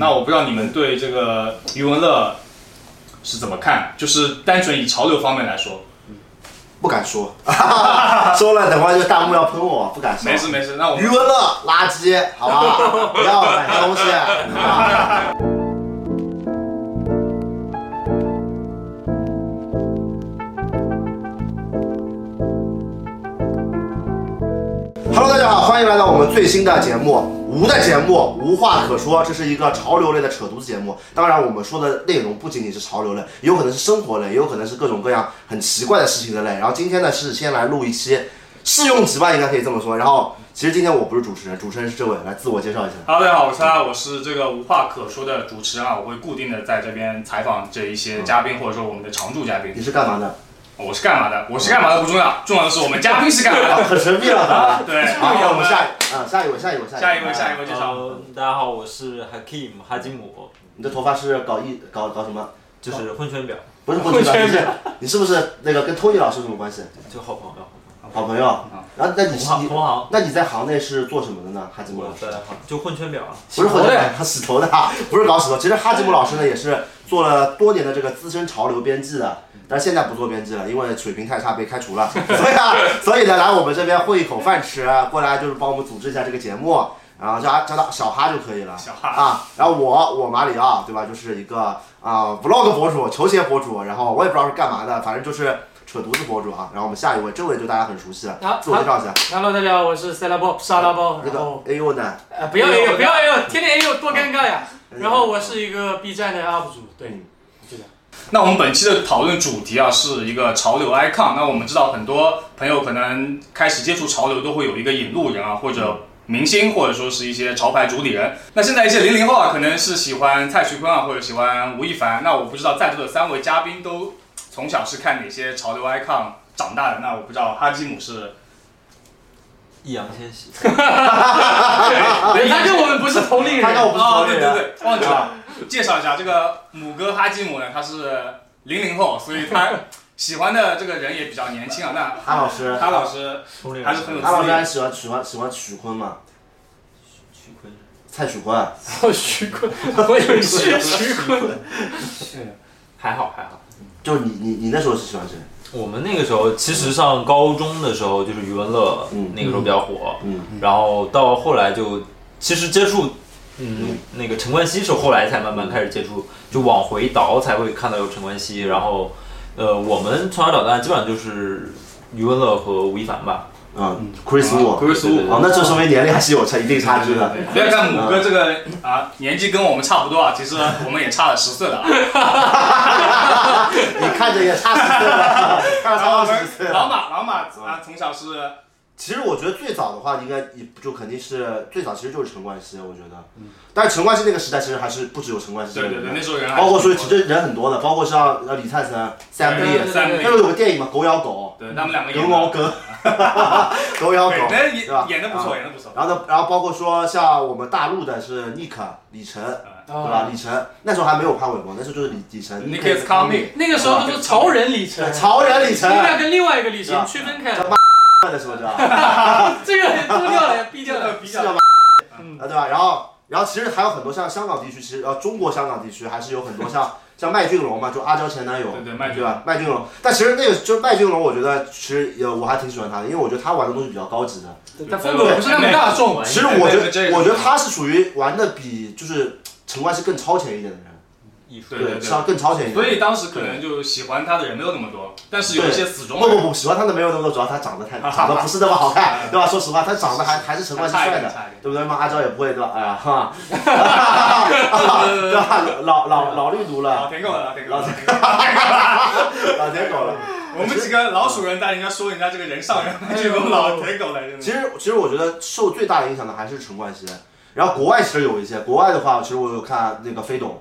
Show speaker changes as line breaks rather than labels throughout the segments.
那我不知道你们对这个余文乐是怎么看？就是单纯以潮流方面来说，
不敢说， 说了等会儿就弹幕要喷我，不敢说。
没事没事。那我
余
们
文乐垃圾，好吧，不要买东西。啊哈喽，大家好，欢迎来到我们最新的节目《无的节目》，无话可说，这是一个潮流类的扯犊子节目。当然，我们说的内容不仅仅是潮流类，也有可能是生活类，也有可能是各种各样很奇怪的事情的类。然后今天呢，是先来录一期试用集吧，应该可以这么说。然后，其实今天我不是主持人，主持人是这位，来自我介绍一下。
哈喽，大家好，我是阿，我是这个无话可说的主持人啊，我会固定的在这边采访这一些嘉宾，或者说我们的常驻嘉宾。
你是干嘛的？
我是干嘛的？我是干嘛的不重要，重要的是我们嘉宾是干嘛的。
啊很神秘了啊。
对，
好，那我们下
下
一啊，下一位，下一位，
下一
位。
位，下一位介绍。
Hello，大家好，我是 Hakim 哈基姆，
你的头发是搞艺搞搞什么？
就是混圈表，
不是混血的，你是你是不是那个跟 Tony 老师有什么关系？
就好朋友，
好朋友。然后那你
同
是
行
你
同行。
那你在行内是做什么的呢？哈吉姆老
我
师
在好就混圈表啊，
不是混的，洗头的 啊，不是搞洗头。其实哈吉姆老师呢，也是做了多年的这个资深潮流编辑的，但是现在不做编辑了，因为水平太差被开除了。 所 以啊，所以呢，来我们这边混一口饭吃，啊过来就是帮我们组织一下这个节目，然后叫他叫他小哈就可以了。
小哈
啊，然后我我马里奥对吧，就是一个啊、vlog 博主、球鞋博主，然后我也不知道是干嘛的，反正就是扯犊子博主啊。然后我们下一位，这位就大家很熟悉了
好，
自我介绍一下。
Hello，大家好，我是塞拉包沙拉包，
那
然
个
哦
后
A U 呢？
呃不要 A 呦，不要 A 呦，天天 A 呦多尴尬呀。
啊
然后我是一个 B 站的 UP 主，对，就这样。
那我们本期的讨论主题啊，是一个潮流 icon。那我们知道，很多朋友可能开始接触潮流，都会有一个引路人啊，或者明星，或者说是一些潮牌主理人。那现在一些零零后啊，可能是喜欢蔡徐坤啊，或者喜欢吴亦凡。那我不知道在座的三位嘉宾都从小是看哪些潮流 icon 长大的？那我不知道哈基姆是，
易烊千玺，
他跟我们不是同龄人，
啊他跟我不是
哦，
同
对对
龄人，
对，忘记了。介绍一下这个母哥哈基姆呢，他是零零后，所以他喜欢的这个人也比较年轻啊。那
哈老师，
哈老师。
同龄
还是很有
人，
他老师还喜欢喜欢喜欢曲坤嘛？
曲坤，
蔡徐坤，
哦徐坤，我以为是 徐坤。
还好还好。
就你你你那时候是喜欢谁？
我们那个时候，其实上高中的时候就是余文乐，
嗯
那个时候比较火，
嗯
然后到后来就其实接触，嗯，那个陈冠希是后来才慢慢开始接触，就往回倒才会看到有陈冠希，然后，呃，我们从小到大基本上就是余文乐和吴亦凡吧，
啊，Chris Wu。
Chris Wu
哦，那这说明年龄还是有差一定差距的。
不要看母哥这个啊，年纪跟我们差不多啊，其实我们也差了十岁了啊。
你看着也差十岁了，看
然后我
着差十
们
岁
老
了。
马老马啊，从小是
其实我觉得最早的话，应该也就肯定是最早，其实就是陈冠希，我觉得。但是陈冠希那个时代，其实还是不只有陈冠希这
对
个人。
对对，那时候人还
包括说，其
对
实人很多的，包括像呃李灿森、三
对
立
对，
三
那
立
时，候有个电影嘛，《狗咬狗
对他们两个》，演
狗咬狗，狗咬
对，
狗。
那
是吧啊
演演的不错，演的不错。
然后呢，然后包括说像我们大陆的是 Nick 李晨，对
啊
吧？李晨那时候还没有潘玮柏，那时候就是李李晨。
Nick
Nick
is coming
那个时候都是潮人李晨，
潮人李晨
应该跟另外一个李
是吧
晨区分开
他
来，
的时候对吧？ 啊
这个人丢掉了，毙掉了。
比
是
较
吧对吧？然后然后其实还有很多像香港地区，其实呃中国香港地区还是有很多 像像麦浚龙嘛，就阿娇前男友。
对对麦浚
对吧？麦浚龙，但其实那个就是麦浚龙，我觉得其实也我还挺喜欢他的，因为我觉得他玩的东西比较高级的。
他风格不是那么大众，
其实我觉
对对对
得，我觉得他是属于玩的比就是陈冠希更超前一点的人，
艺术
对对对
像更超前一点。
所以当时可能就喜欢他的人没有那么多，但是有一些死忠
不
粉
不不，喜欢他的没有那么多，主要他长得太长得不是那么好看，对吧？说实话，他长得还还是陈冠希
差一
帅
点，
的，
差一点。
对不对嘛？阿娇也不会对吧？哎呀哈，对吧？老老老绿毒
老
了，
舔狗了，老舔狗
老
了，舔狗了
老舔狗了。
我们几个老鼠人带人家说人家这个人上人，
哎
这种老舔狗了，真的。
其实其实我觉得受最大影响的还是陈冠希，然后国外其实有一些，国外的话，其实我有看那个飞董，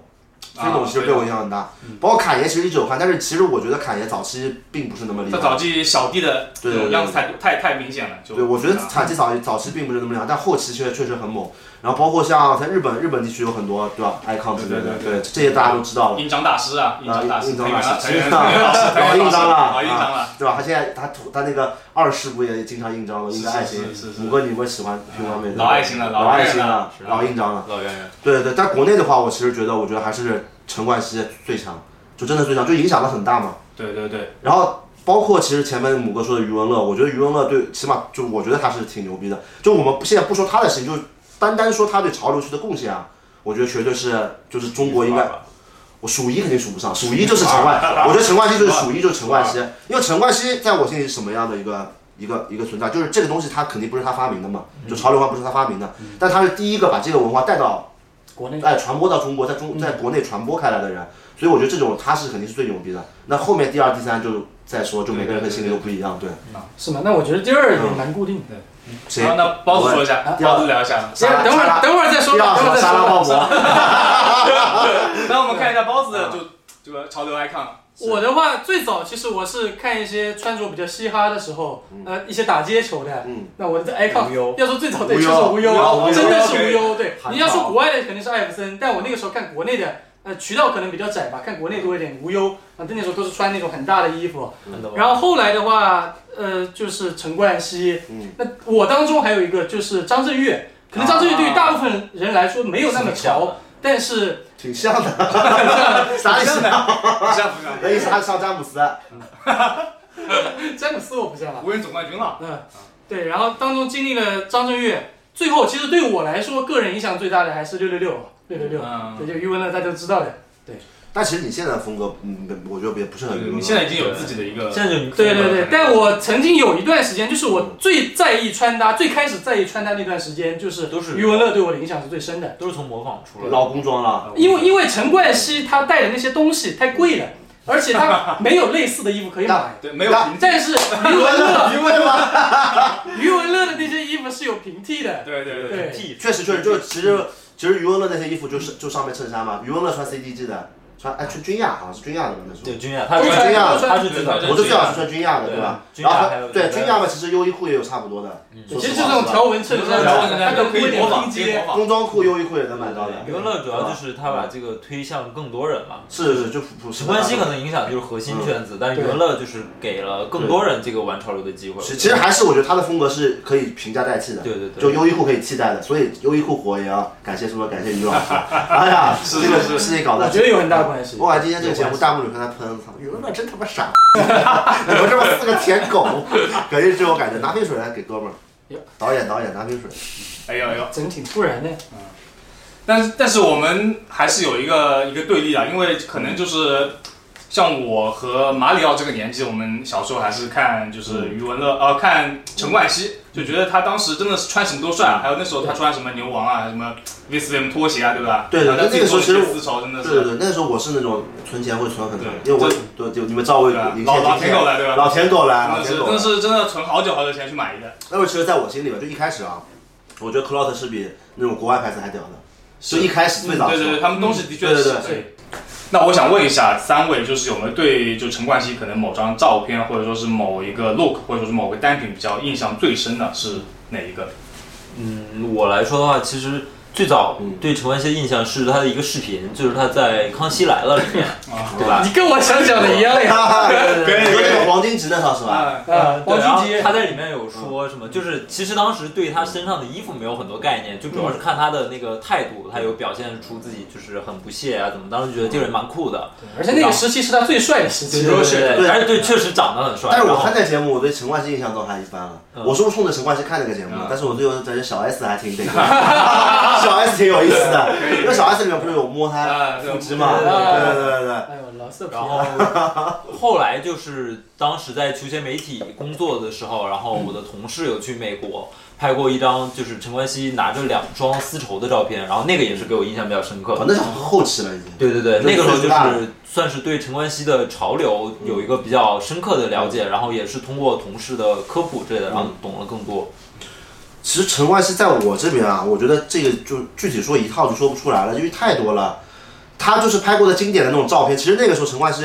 飞
啊
董其实对我影响很大，包括侃爷其实一直有看，但是其实我觉得侃爷早期并不是那么厉
他
害。
早期小弟的这
对对对
种样子太太太明显了，就
对，我觉得
啊
产期早早期并不是那么厉害，但后期确确实很猛。然后包括像在日本，日本地区有很多对吧，icon 之类的，
对对
对，这些大家都知道了。
印章大师啊，印章大师，
印章
藤原
大师
藤原藤原老师，藤
老
原
印章了
啊，印章了，
对吧？他现在他他那个二世不也经常印章了？应该爱情
是是是是
五个你们喜欢平完美的
老爱情了
老
老
爱
爱
情
情
了
了，
是吧
老印章了。
老圆圆，
对对对，在国内的话，我其实觉得，我觉得还是陈冠希最强，就真的最强，就影响的很大嘛。
对对对，
然后包括其实前面母哥说的余文乐，我觉得余文乐对，起码就我觉得他是挺牛逼的。就我们现在不说他的事情，就单单说他对潮流区的贡献啊，我觉得绝对是就是中国应该我数一肯定数不上，数一就是陈冠，我觉得陈冠希就是数一就是陈冠希，因为陈冠希在我心里是什么样的一个一个一个存在，就是这个东西他肯定不是他发明的嘛，就潮流文化不是他发明的，但他是第一个把这个文化带到
国内
哎传播到中国，在中在国内传播开来的人，所以我觉得这种他是肯定是最牛逼的。那后面第二、第三就再说，就每个人的心里都不一样，对。
是吗？那我觉得第二也蛮固定的。
谁？
然后那包子说一下
啊，
包子聊一下，
沙拉
等会
沙
儿
拉
等会儿再说
第二
吧，
什
等会
么
儿再
沙拉
说吧。
鲍勃？啊
那我们看一下包子的就这个潮流 icon，
我的话，最早其实我是看一些穿着比较嘻哈的时候，呃，一些打街球的。
嗯
那我的 icon
无忧
要说最早对
无
就
忧
是无
无忧
忧，真的
无忧
是无忧。对，
韩
你要说
导
国外的肯定是艾弗森，但我那个时候看国内的，呃，渠道可能比较窄吧，看国内多一点。无忧啊，那时候都是穿那种很大的衣服。
嗯
然后后来的话，呃，就是陈冠希。
嗯
那我当中还有一个就是张震岳，可能张震岳对于大部分人来说没有那么潮，但是
挺像 的，啥意思？
像不像？
那意思他像詹姆斯，啊
詹姆斯我不像了。
无人总冠军了，
嗯，对，然后当中经历了张震岳，最后其实对我来说，个人影响最大的还是六六六，六六六，对，
嗯，
就余文乐大家都知道的。
但其实你现在的风格，嗯，我觉得也不是很
你现在已经有自己的一个，
现在就
对对
嗯
对，但我曾经有一段时间，就是我最在意穿搭，最开始在意穿搭那段时间，就是
都是
余文乐对我的影响是最深
嗯
的，
都是从模仿出来的，
老工装了。
因为因为陈冠希他带的那些东西太贵了，而 且他没有类似的衣服可以买。
对没有平替，
但是余文乐，
因为吗？
余文乐的那些衣服是有平替的，
对对对，
对，
T
确实确实，就是其
嗯
实其实余文乐那些衣服就是就上面衬衫嘛，余文乐穿 CDG 的，穿哎穿军亚好像是军亚的吧那时
对
候，
君雅，他
都
是
这
穿
样
都
他
穿
是最早
对
我就最好是穿军亚的
对啊
对吧？
军亚
然后
还有
他对
那个
军亚嘛，其实优衣库也有差不多的，
嗯
其
说
实
实
就
话
这种条纹衬衫，
条纹衬
它
衫
可
可以模仿，
拼
可以
接
模。仿，
工装裤优衣库也能买到的。嗯
余文乐主要就是他把这个推向更多人嘛。
是是是，就普
陈冠希可能影响就是核心
嗯
圈子，但是余文乐就是给了更多人这个玩潮流的机会。
其其实还是我觉得他的风格是可以评价代替的，
对对对
就优衣库可以替代的，所以优衣库火也要感谢什么？感谢于老师，哎 呀，
是
这个
是是
事情搞
我
得
觉得有很大关系。
哇，今天这个节目弹幕里面在喷，操， 舆论真他妈傻，你们这么四个舔狗， 肯定是这种感觉。拿瓶水来给哥们儿
哟，
导演导演拿瓶水。
哎呦哎呦。
整挺突然的，
但是但是我们还是有一个一个对立啊，因为可能就是像我和马里奥这个年纪，我们小时候还是看就是
嗯
余文乐，呃，看陈冠希，就觉得他当时真的是穿什么都帅啊，还有那时候他穿什么牛王啊，什么 V C M 拖鞋啊，对吧？
对对
他自己
那个时
做
候
的
其
一
实
些丝绸真的
对对
是
对，那个时候我是那种存钱会存很多，因
对
为我对就你们知道我
对吧
零
老
现
老
金
舔狗来对吧
老舔狗来，
真
老
的是
舔
真
狗
的
来。
是真的存好久好久钱去买一个，
那会儿其实在我心里面，就一开始啊，我觉得 Clout 是比那种国外牌子还屌的，就一开始最早
嗯对对
的时候嗯
对，他们东西的确
对
是
对对
对
那我想问一下三位，就是有没有对就陈冠希可能某张照片，或者说是某一个 look，或者说是某个单品比较印象最深的是哪一个？
嗯，我来说的话，其实最早
嗯
对陈冠希的印象是他的一个视频，就是他在《康熙来了》里面，
嗯
对
啊
吧？
你跟我想讲的一样呀。
可以
你说
可以
那个黄金值那套是吧？
啊，
啊，
呃对
王俊
然后
杰，
他在里面有说
嗯
什么？就是其实当时对他身上的衣服没有很多概念，就主
嗯
要是看他的那个态度，他有表现出自己就是很不屑啊，怎么？当时觉得这个人蛮酷的，
而且那个时期是他最帅的时期。
对对
嗯对
对，而且对确实长得很帅。
但是我
然后
看那节目，我对陈冠希印象都还一般了。
嗯
我是不是冲着陈冠希看那个节目的
嗯，
但是我最后感觉小 S 还挺得意 的，小 S 挺有意思的。因为小 S 里面不是有摸他
啊
腹肌嘛？
对
对
对
对
对
对对对。
哎呦，老色批
然
啊。
后后来就是当时在球鞋媒体工作的时候，然后
嗯
我的同事有去美国拍过一张，就是陈冠希拿着两双丝绸的照片，然后那个也是给我印象比较深刻
哦，。那是后期了已经。
对对对，
那
那个时候
岁数
就
大了
是算是对陈冠希的潮流有一个比较深刻的了解，然后也是通过同事的科普之类的，然后懂了更多。
其实陈冠希在我这边啊，我觉得这个就具体说一套就说不出来了，因为太多了。他就是拍过的经典的那种照片，其实那个时候陈冠希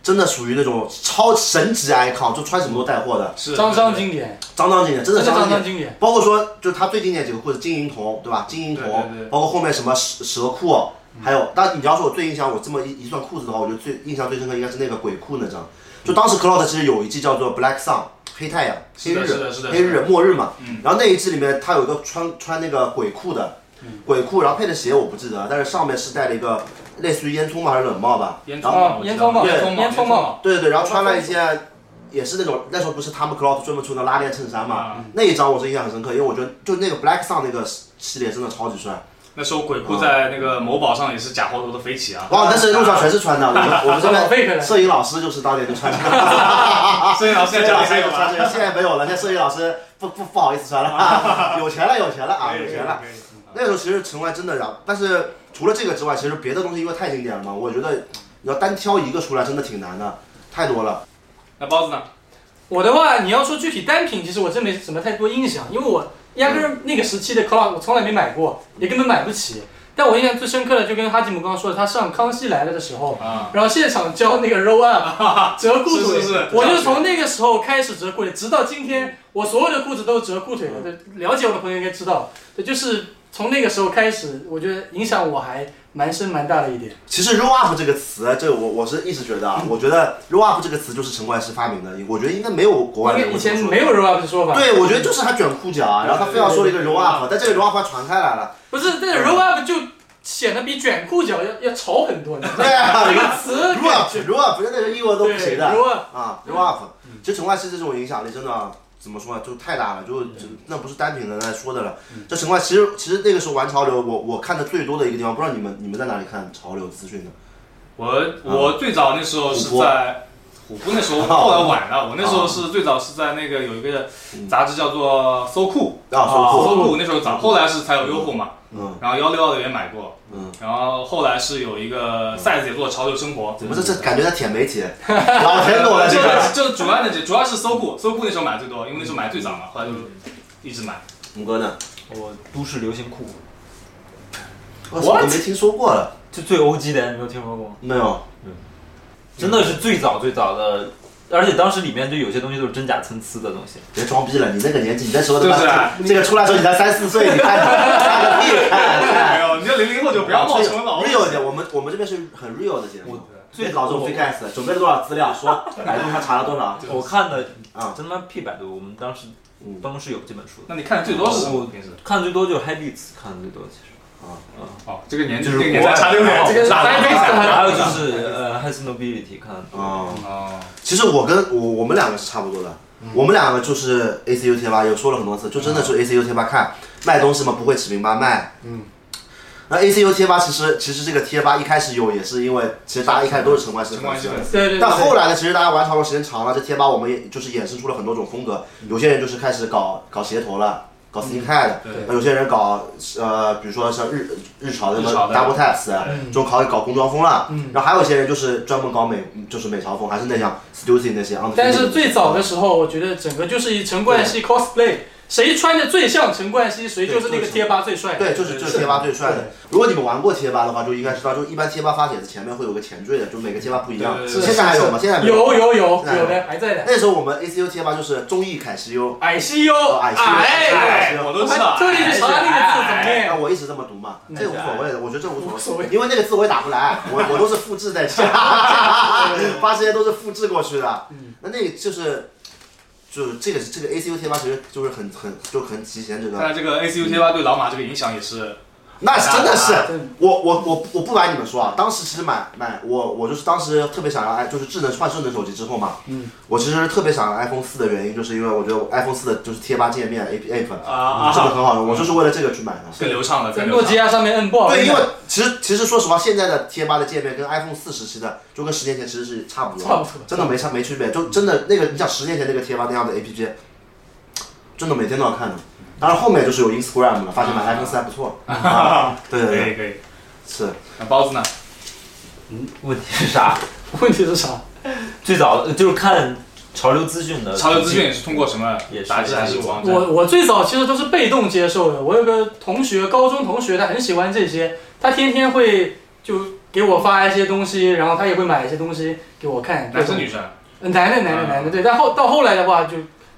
真的属于那种超神级 icon，就穿什么都带货的，
是
张张经典，
张张经典，真
真
的
的
张
张
张
张
经典。
经典。
包括说，就他最经典几个故事，金银瞳，对吧？金银瞳，
对对对
包括后面什么蛇蛇裤，还有，但你要说我最印象，我这么一一算裤子的话，我觉得最印象最深刻应该是那个鬼裤那张。就当时 Cloud 其实有一季叫做 Black Sun，黑太阳，
是
黑
的是
日
的是的，
黑
是的
日末日嘛。
嗯
然后那一季里面，他有一个穿穿那个鬼裤的，
嗯
鬼裤，然后配的鞋我不记得了，但是上面是戴了一个类似于烟囱帽还是冷帽吧，
烟
然
囱
后。
帽，
啊烟囱帽，
烟囱
烟囱帽，
对对对，然后穿了一件，也是那种那时候不是他们 Cloud 专门出的拉链衬衫嘛，
啊，
那一张我是印象很深刻，因为我觉得就那个 Black Sun 那个系列真的超级帅，
那时候鬼哭在那个某宝上也是假货多的飞起啊，
哇，但是路上全是穿的，我们我们这
老
边
费回来。
摄影老师就是当年就穿这 个，
摄影老师在
摄影
家
老
里
师
还
有
有吗？
穿这个， 现在没有了，现在摄影老师不不不好意思穿
啊
了，有钱了有钱了
哎
啊，有钱了。
可以，
那时候其实城外真的让，但是除了这个之外，其实别的东西因为太经典了嘛，我觉得你要单挑一个出来真的挺难的，太多了。
那包子呢？
我的话，你要说具体单品，其实我真没什么太多印象，因为我压根儿那个时期的 Cloud 我从来没买过，也根本买不起。但我印象最深刻的，就跟哈吉姆刚刚说的，他上《康熙来了》的时候，
啊，
然后现场教那个 roll up 折裤
是
腿，
是是，
我就从那个时候开始折裤腿，直到今
嗯
天，我所有的裤子都是折裤腿的。对，了解我的朋友应该知道，对，就是从那个时候开始，我觉得影响我还蛮深蛮大的一点。
其实 roll up 这个词，这个我我是一直觉得啊，我觉得 roll up 这个词就是陈冠希发明的，我觉得应该没有国外
因
人
为以
会这么
前
说
没有 roll up 的说法，
对，我觉得就是他卷裤脚啊，然后他非要说了一个
对对对
roll up，但这个 roll up 传开 来了，
不是，但
嗯
是 roll up 就显得比卷裤脚要要潮很多，你知道 吗
对啊
这个词
，roll up roll up 那个英文都不行的
roll up
啊，roll up，其
嗯
实陈冠希这种影响力真的。怎么说呢？啊就太大了，就
嗯
就那不是单品能来说的了。这陈冠希，其实其实那个时候玩潮流，我我看的最多的一个地方，不知道你们你们在哪里看潮流资讯的？
我我最早那时候是在虎扑，那时候后来晚了。我那时候是最早是在那个有一个
嗯
杂志叫做搜酷，
啊，
哦
说
搜
错，
酷那时候早，后来是才有优酷嘛，
嗯
然后幺六幺的也买过，
嗯，
然后后来是有一个赛子也做潮流生活。
不是这感觉在舔媒体，老舔狗了这
就
个。
就主要那几，主要是搜酷，搜酷那时候买最多，因为那时候买最早嘛，后来就一直买。
五哥呢？
我都市流行酷，
我怎么没听说过了？
就最 O G 的，你没有听说过吗？
没有。
真的是最早最早的，而且当时里面就有些东西都是真假参差的东西。
别装逼了，你那个年纪，你那时候他妈
对不对啊
这这个出来的时候你才三四岁，你看看个屁看！
没有，你这零零后就 不
哎
要冒充老
real 一点，我们我们这边是很 real 的节目。
最
老这种 free gas 准备了多少资 料？说百度上查了多少？
我看的
嗯啊
真他妈屁百度，我们当时
嗯
办公室有这本书的，
那你看的最多是什么？平时
看最多就是 h a b i t s 看的最多其实。
哦，这个年纪哦
就
这
是
个年代差六
国
点，
外
这个
差
白
六
杯
点
的，
还有就是呃 h a s n o b i l i t y 看的多。
哦，
啊哦，
其实我跟我我们两个是差不多的，
嗯
我们两个就是 ACU 贴吧，有说了很多次，就真的是 ACU 贴吧看卖东西嘛，不会起名吧卖。
嗯。
那 ACU 贴吧其实其实这个贴吧一开始有也是因为其实大家一开始都是陈冠希
陈
的粉
冠希
丝
粉，丝，
对对对。
但后来呢，其实大家玩潮流时间长了，这贴吧我们也就是衍生出了很多种风格。有些人就是开始搞搞鞋头了，搞 sneakhead，、
嗯对
那有些人搞呃，比如说像日日潮的什么
日潮的
double taps，啊
对
这种搞搞工装风了。
嗯
然后还有一些人就是专门搞美，就是美潮风，还是那像 Stussy 那些。啊
但是最早的时候，我觉得整个就是以陈冠希 cosplay，谁穿的最像陈冠希，谁就是那个贴吧最帅。
对，就是就是贴吧最帅的。如果你们玩过贴吧的话，就应该知道，就一般贴吧发帖子前面会有个前缀的，就每个贴吧不一样。
对对对
现在还有吗？现在没
有有有有
哎
的还在的。
那时候我们 ACU 贴吧就是综艺凯西优，
矮西优，
哦矮西优矮
矮，
我都知道。
哎
哎
特意去查那个字怎么念
哎那。我一直这么读嘛，这个无所谓的，我觉得这无所谓，
无所谓
因为那个字我也打不来，我我都是复制在写，发这些都是复制过去的。那那个就是，就是这个这个 ACU 贴吧其实就是很很就很提前这
看
个，
来这个 ACU 贴吧对老马这个影响也是，
那是真的是
真的。
我我我我不瞒你们说啊，当时其实买买我我就是当时特别想要哎，就是智能换智能手机之后嘛，
嗯，
我其实特别想要 iPhone 四的原因，就是因为我觉得我 iPhone 四的就是贴吧界面 A P App
啊啊
真的很好用，我就是为了这个去买的。
更流畅了，
在
更流
诺基
畅。
亚上面摁不好摁的。
对，因为其实其实说实话，现在的贴吧的界面跟 iPhone 四时期的，就跟十年前其实是差不多的，
差不多
真的没差没区别，就真的那个，你想十年前那个贴吧那样的 APP，真的每天都要看的。当然后面就是有 Instagram 了，发现买 iPhone 四还不错。啊对对
可
对，
以可以。
是
那包子呢？
嗯，问题是啥？
问题是啥？
最早的就是看潮流资讯的，
潮流资讯也是通过什么
呃也是
杂志还是网站？
我我最早其实都是被动接受的。我有个同学，高中同学，他很喜欢这些，他天天会就给我发一些东西，然后他也会买一些东西给我看。
男生女生，
呃男的男的男的，对，但后到后来的话就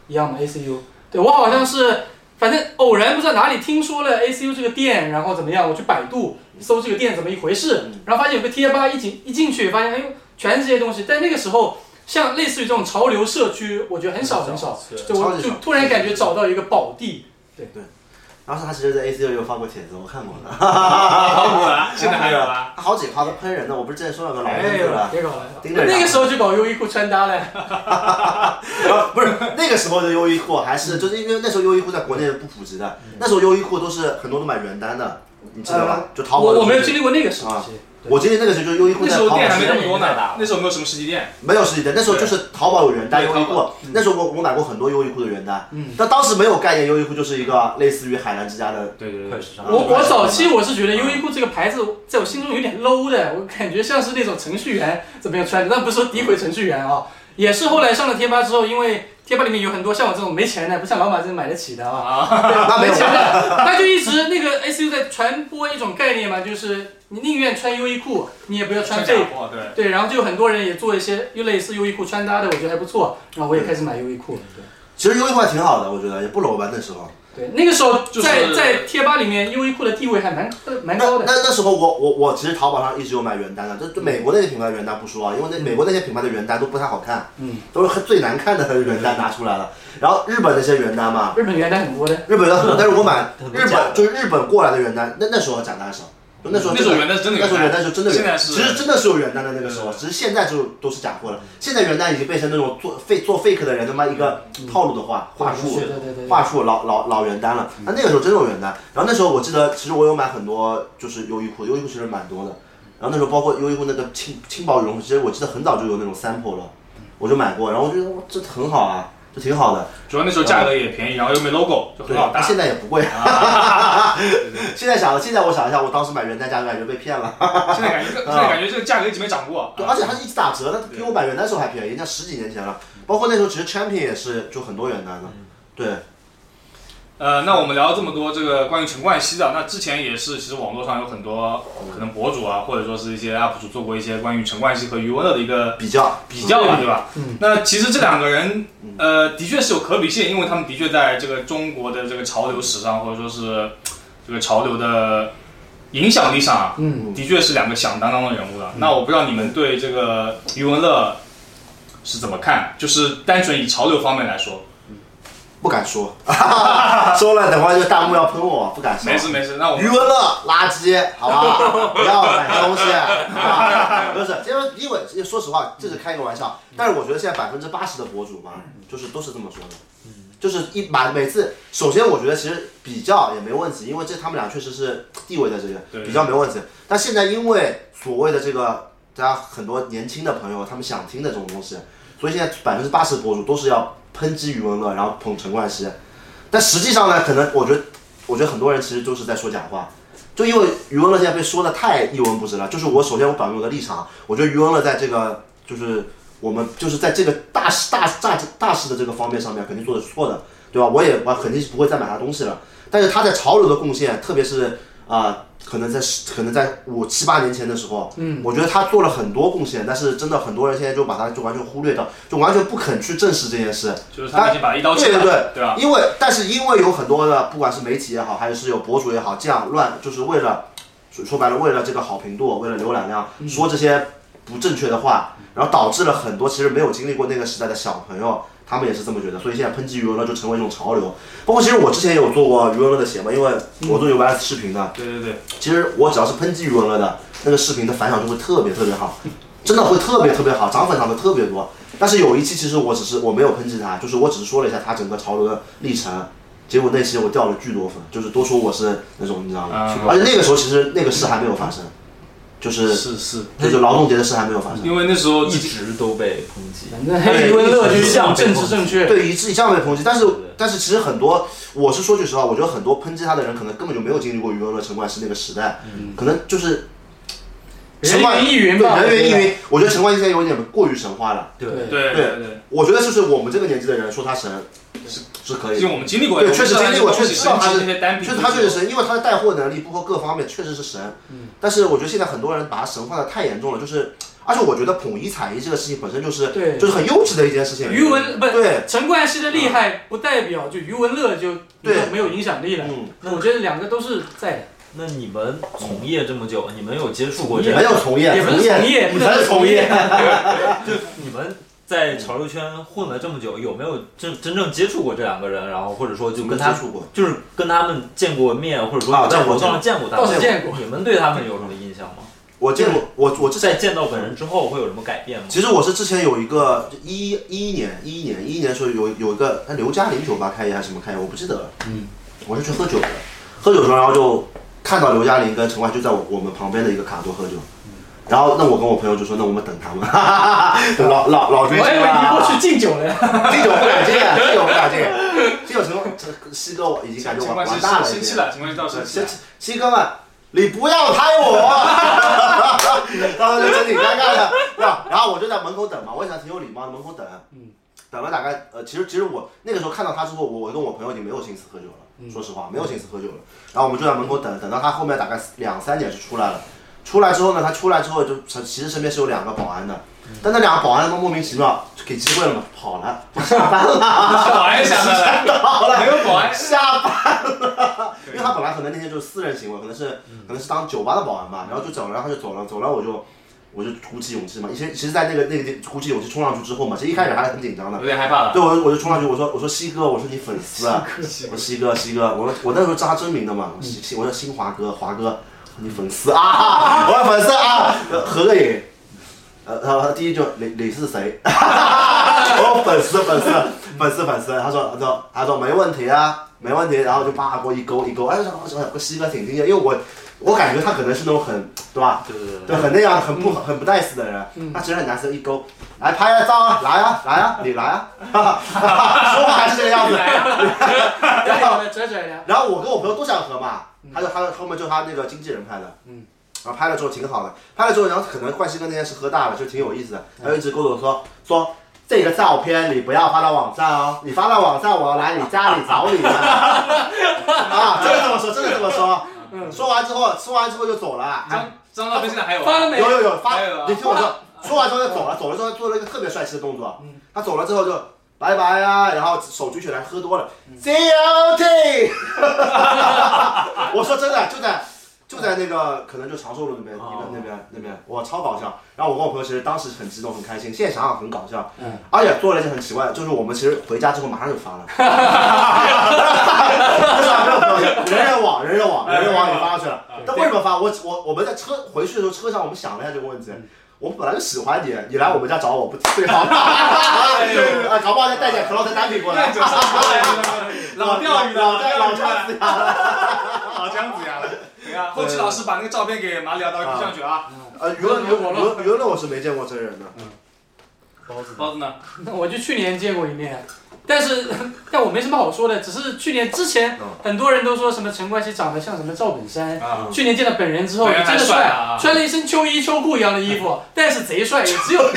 一样的 ACU，对我好像是反正偶然不知道哪里听说了 ACU 这个店，然后怎么样，我去百度搜这个店怎么一回事，
嗯
然后发现有个贴吧，一进一进去发现哎呦全是这些东西，但那个时候。像类似于这种潮流社区，我觉得很少很少，
是
就我
超级
就
少
突然感觉找到一个宝地，
当时他其实，在 A C U 有发过帖子，我看过 的，
现在还有啊？
他 好几趴都喷人的。我不是之前说了个老喷
哎
子
呦
了，，
别搞了，
盯着
那个时候就搞优衣库穿搭了，
啊，不是那个时候的优衣库，还是就是因为那时候优衣库在国内不普及的，
嗯
那时候优衣库都是很多都买原单的，你记得吧？就淘宝
我
的
呃我没有
东西
经历过那个时期
啊，我经历那个时候就是优衣库
那
在
时
淘
候
宝
店还没
上
那么多
太大
呢
了，
那时候没有什么实体店，
没有实体店，那时候就是淘宝有原单，
对
优衣
淘嗯
库那时候我我买过很多优衣库的原单，
嗯
但当时没有概念，优衣库就是一个类似于海澜之家的，
对对
快
对，
时尚。
我我早期我是觉得优衣库这个牌子在我心中有点 low 的，我感觉像是那种程序员怎么样穿的，但不是说诋毁程序员啊、也是后来上了贴吧之后，因为贴吧里面有很多像我这种没钱的，不像老马这种买得起 的啊，
那没
没
有
钱的，他就一直那个 S U 在传播一种概念嘛，就是你宁愿穿优衣库，你也不要穿
假
废
货，对。
对，然后就有很多人也做一些又类似优衣库穿搭的，我觉得还不错，然后我也开始买优衣库。
其实优衣库还挺好的，我觉得也不 low 吧那时候。
对，那个时候
就是
在在贴吧里面，优衣库的地位还蛮呃蛮
那
高
那
的。
那时候我我我其实淘宝上一直有买原单的，就就美国那些品牌的原单不说啊，因为那美国那些品牌的原单都不太好看，
嗯，
都是很最难看的原单拿出来了。然后日本那些原单嘛，
日本原来很多的，
日本的很多，但是我买
很多
日
假的
本就是日本过来的原单，那那时候假单少，就那时候
嗯那时
真
候
的
原单是真的
那时候
有
原单是真的有，
现在是嗯
其实真的是有原单的那个时候，只是现在就都是假货了。现在原单已经变成那种做废做 fake 的人他妈一个套路的话
嗯
话术
对，对对对
话术老老老原单了。那那个时候真有原单，然后那时候我记得，其实我有买很多就是优衣库，优衣库其实蛮多的。然后那时候包括优衣库那个轻轻薄羽绒服，其实我记得很早就有那种 sample 了，我就买过，然后我觉得哇这很好啊，这挺好的。
主要那时候价格也便宜，然后又没 logo，就很
对，
好
那
搭。
现在也不贵。
啊
现在想，现在我想一下，我当时买原单价格感觉被骗了。
现在感觉这，现在感觉这个价格一直没涨过。
对，而且它是一直打折的，它比
对
我买原单的时候还便宜，那十几年前了。包括那时候其实 Champion 也是就很多原单的。
嗯
对，
呃，那我们聊了这么多这个关于陈冠希的，那之前也是，其实网络上有很多可能博主啊，或者说是一些 UP 主做过一些关于陈冠希和余文乐的一个
比较
比较吧，对吧？
嗯
那其实这两个人，呃，的确是有可比性，因为他们的确在这个中国的这个潮流史上，或者说是这个潮流的影响力上啊，
嗯，
的确是两个响当当的人物了。那我不知道你们对这个余文乐是怎么看？就是单纯以潮流方面来说，
不敢说， 说了等会儿就弹幕要喷我，不敢说。
没事没事。那我
余
们
文乐垃圾，好吧，不要买东西， 啊不是，因为因为说实话，这是开一个玩笑，
嗯
但是我觉得现在百分之八十的博主嘛，就是都是这么说的，就是一买每次，首先我觉得其实比较也没问题，因为这他们俩确实是地位在这
对
个，比较没问题。但现在因为所谓的这个，大家很多年轻的朋友他们想听的这种东西，所以现在百分之八十博主都是要抨击余文乐，然后捧陈冠希，但实际上呢，可能我觉得。我觉得很多人其实就是在说假话，就因为余文乐现在被说的太一文不值了。就是我首先我表明我的立场，我觉得余文乐在这个就是我们就是在这个大事大大大事的这个方面上面肯定做的是错的，对吧？我也我肯定是不会再买他东西了。但是他在潮流的贡献，特别是啊、可能在十可能在五七八年前的时候，嗯，我觉得他做了很多贡献，但是真的很多人现在就把他就完全忽略掉，就完全不肯去正视这件事。
就是他们已经把一刀切
对
了，
对
对吧？
因为但是因为有很多的，不管是媒体也好，还是有博主也好，这样乱就是为了说说白了，为了这个好评度，为了浏览量，
嗯
说这些不正确的话，然后导致了很多其实没有经历过那个时代的小朋友。他们也是这么觉得，所以现在抨击余文乐就成为一种潮流。包括其实我之前也有做过余文乐的鞋嘛，因为我
嗯
做 U S 视频的，
对对对，
其实我只要是抨击余文乐的那个视频的反响就会特别特别好，真的会特别特别好，涨粉涨的特别多。但是有一期其实我只是我没有抨击他，就是我只是说了一下他整个潮流的历程，结果那期我掉了巨多粉，就是都说我是那种你知道吗？
啊
而且那个时候其实那个事还没有发生，就是
是是，
就是劳动节的事还没有发生。
因为那时候
一
自己
直都被抨击。
反正黑余文乐就是这种政治正确，
对，以致一向被抨击，但是但是其实很多，我是说句实话，我觉得很多抨击他的人可能根本就没有经历过余文乐、陈冠希那个时代，可能就是
人云亦云吧，
对，人云亦云。我觉得陈冠希现在有点过于神话了。
对
对
对对对，
嗯
我觉得就是我们这个年纪的人说他神，是可以
因为
的。
我们经历过，
对
我们
确实
知道
经历
这个
过
东
确
西
实知道
神奇
它是
这些单
确
品，
实他确实神，因为他的带货能力，包括各方面确实是神。
嗯，
但是我觉得现在很多人把它神化的太严重了，就是，而且我觉得捧一踩一这个事情本身就是
对
就是很幼稚的一件事情。
余文不
对，
陈冠希的厉害不代表就余文乐就没有
对
没有影响力了。
嗯，
我觉得两个都是在的，
那你们从业这么久，你们有接触过这
没
样？
有从业，
也不是从业，
哎你
不能
才
说
是从业。
你们在潮流圈混了这么久，有没有真真正接触过这两个人？然后或者说就跟他
接触过，
就是跟他们见过面，或者说
啊
有在
见过哦
活动上见过他
倒是
们？
见过。
你们对他们有什么印象吗？
我见过，我我之前
在见到本人之后会有什么改变吗？
其实我是之前有一个一一年一一年一一年的时候有有一个哎刘嘉玲酒吧开业还是什么开业，我不记得了。
嗯，
我是去喝酒的，喝酒的时候然后就看到刘嘉玲跟陈冠希就在我我们旁边的一个卡座喝酒。然后，那我跟我朋友就说，那我们等他们，哈哈哈哈老老老追
哎我以
星
为你
了
过。去敬酒
这种
了，
不敢进，这种不敢进，这种情况，这西哥我已经感觉
情
完
况
完蛋
是生
了，已
气
经。
了，情况是到生气
西
了。
西哥们，你不要拍我，当时就真挺尴尬的。那然后我就在门口等嘛，我也想挺有礼貌的，门口等。
嗯
等了大概呃，其实其实我那个时候看到他之后，我我跟我朋友已经没有心思喝酒了，说实话没有心思喝酒了。然后我们就在门口等，等到他后面大概两三点就出来了。出来之后呢，他出来之后就其实身边是有两个保安的，但那两个保安都莫名其妙就给机会了嘛，跑了，下班了，
保安啊想的了，没有啊保安，
下班了，因为他本来可能那天就是私人行为，可能是可能是当酒吧的保安吧，然后就走了，然后他就走了，走了我就我就鼓起勇气嘛，以前其实，在那个那个地鼓起勇气冲上去之后嘛，其实一开始还是很紧张的
有，点害怕了。
对，我就我就冲上去，我说我说西哥，我是你粉丝啊，我说西哥嗯西哥，我说我那时候知道他真名的嘛，我西我说新华哥华哥，你粉丝啊，我是粉丝啊，合个影，呃，然后他第一句你你是谁？ 我说粉丝粉丝粉丝粉丝，他说他说他说没问题啊，没问题，然后就叭给我一勾一勾，哎，我想我想我西哥挺敬业，因为我我感觉他可能是那种很对吧，
对对
对，很那样，很
嗯
不很不 nice 的人，他其实很 nice，一勾，来拍啊照啊，来啊来啊，你来啊， 说话还是这个样子。
然后呢，折折呀，
然后我跟我朋友都想喝嘛，他就他后面就他那个经纪人拍的，
嗯，
然后拍了之后挺好的，拍了之后，然后可能冠希哥那天是喝大了，就挺有意思的，
嗯
他就一直跟我说说。这个照片你不要发到网上哦，你发到网上我要来你家里找 你了。啊，真的这么说，真的这么说。
嗯，
说完之后，说完之后就走了。
张张照片现在还有
发
吗？
了没
有？有有发
还有啊，
你听我说，说完之后就走了，走了之后做了一个特别帅气的动作
嗯，
他走了之后就拜拜啊，然后手举起来，喝多了，CLT，我说真的就在。就在那个可能就长寿路那边，那
哦
边那边那边，哇，超搞笑！然后我跟我朋友其实当时很激动很开心，现在想想很搞笑，
嗯
而且做了一件很奇怪的，就是我们其实回家之后马上就发了， 人人网人人网人人网也发上去了，但为什么发？我我我们在车回去的时候，车上我们想了一下这个问题。我们本来就喜欢你，你来我们家找我不最好吗？啊，搞不好再带点 c l o 单品过
哎
来。
老钓鱼的，
老
钓
老
鱼
姜
的，
子牙了。
老姜子牙 了。对啊，后期老师把那个照片给马里奥到 Q 上去啊。
呃，娱乐娱乐娱乐我是没见过真人的。
包子
包子呢？
那我就去年见过一面，啊但是 但我没什么好说的，只是去年之前
嗯
很多人都说什么陈冠希长得像什么赵本山，
啊，
去年见到本人之后
本人
真的
还帅啊
穿了一身秋衣秋裤一样的衣服，但是贼帅，也 只有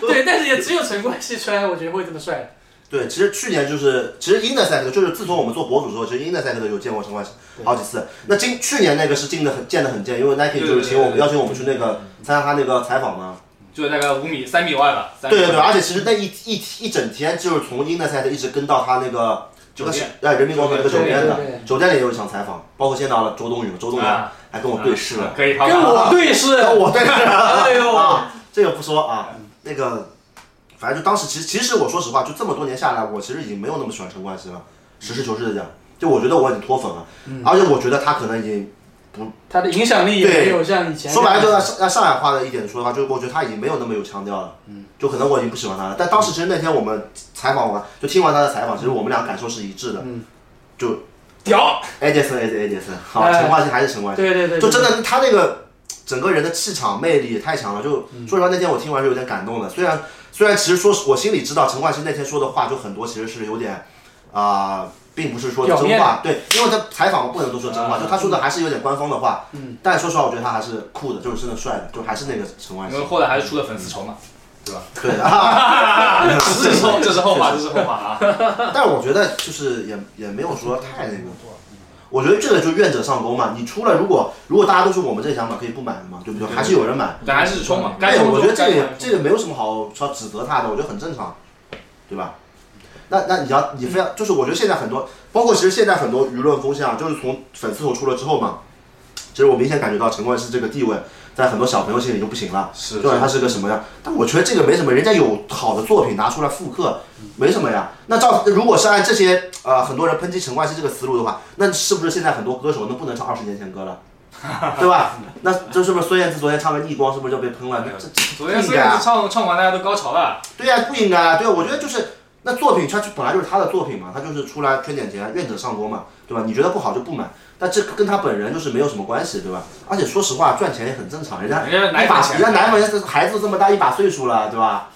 对，但是也只有陈冠希穿，我觉得会这么帅。
对，其实去年就是，其实 Inner Cycle 就是自从我们做博主之后，其实 Inner Cycle 有见过陈冠希好几次。那今去年那个是进的很见的很见，因为 Nike 就是请我们邀请我们去那个参加他那个采访嘛。
就大概五米、三米外吧。三米
对对对，而且其实那一一一整天就是从 Inner Cycle 一直跟到他那个
酒店，
哎，人民广场那个酒店
对
的
对对，
酒店里也有一场采访，包括见到了周冬雨嘛，周冬雨
啊
还跟我对视了。
可以，好
跟
吧。
我对视，
跟我对视了。
哎呦，
啊，这个不说啊，那个，反正就当时其实其实我说实话，就这么多年下来，我其实已经没有那么喜欢陈冠希了，实事求是的讲，就我觉得我已经脱粉了，
嗯
而且我觉得他可能已经
他的影响力也没有像以前那
说
样。
白了就按上按上海话的一点说的话，就是我觉得他已经没有那么有腔调了，
嗯
就可能我已经不喜欢他了。但当时其实那天我们采访完，就听完他的采访，其实我们俩感受是一致的，
嗯
就
屌，
Edison is Edison，好，
哎
陈冠希还是陈冠希。
对对对，
就真
的
的他那个整个人的气场魅力也太强了，就
嗯
说实话那天我听完是有点感动的。虽然虽然其实说我心里知道陈冠希那天说的话就很多，其实是有点啊、并不是说
表
真
面
话，对，因为他采访不能都说真话，
啊
就他说的还是有点官方的话。
嗯，
但说实话，我觉得他还是酷的，就是真的帅的，就还是那个陈冠
因
希
为。后来还是出了粉丝仇嘛。对吧？
对 啊，
这是后这是后话，这是后话啊。
但是我觉得就是也也没有说太那个。
嗯
我觉得这个就愿者上钩嘛，你出了如果如果大家都是我们这个想法，可以不买了嘛，对不对？还是有人买，
但还是冲嘛，该
对，
冲
哎我
就
觉得这
该
个
冲
也这个没有什么好说指责他的，我觉得很正常，对吧？那那你要你非要就是我觉得现在很多，包括其实现在很多舆论风向，啊就是从粉丝头出了之后嘛，其实我明显感觉到陈冠希这个地位在很多小朋友心里就不行了，
是
对吧？他是个什么样？但我觉得这个没什么，人家有好的作品拿出来复刻，没什么呀。那照如果是按这些呃很多人抨击陈冠希这个思路的话，那是不是现在很多歌手那不能唱二十年前 歌了？对吧？那这是不是孙燕姿昨天唱个《逆光》是不是就被喷了？这这
昨天虽然是唱唱完，大家都高潮了，
对呀、不应该啊！对啊，我觉得就是那作品，它就本来就是他的作品嘛，他就是出来圈点钱，愿者上钩嘛，对吧？你觉得不好就不买，但这跟他本人就是没有什么关系，对吧？而且说实话，赚钱也很正常，人家
人家奶
一
粉
把
钱
人家奶粉钱孩子都这么大一把岁数了，对吧？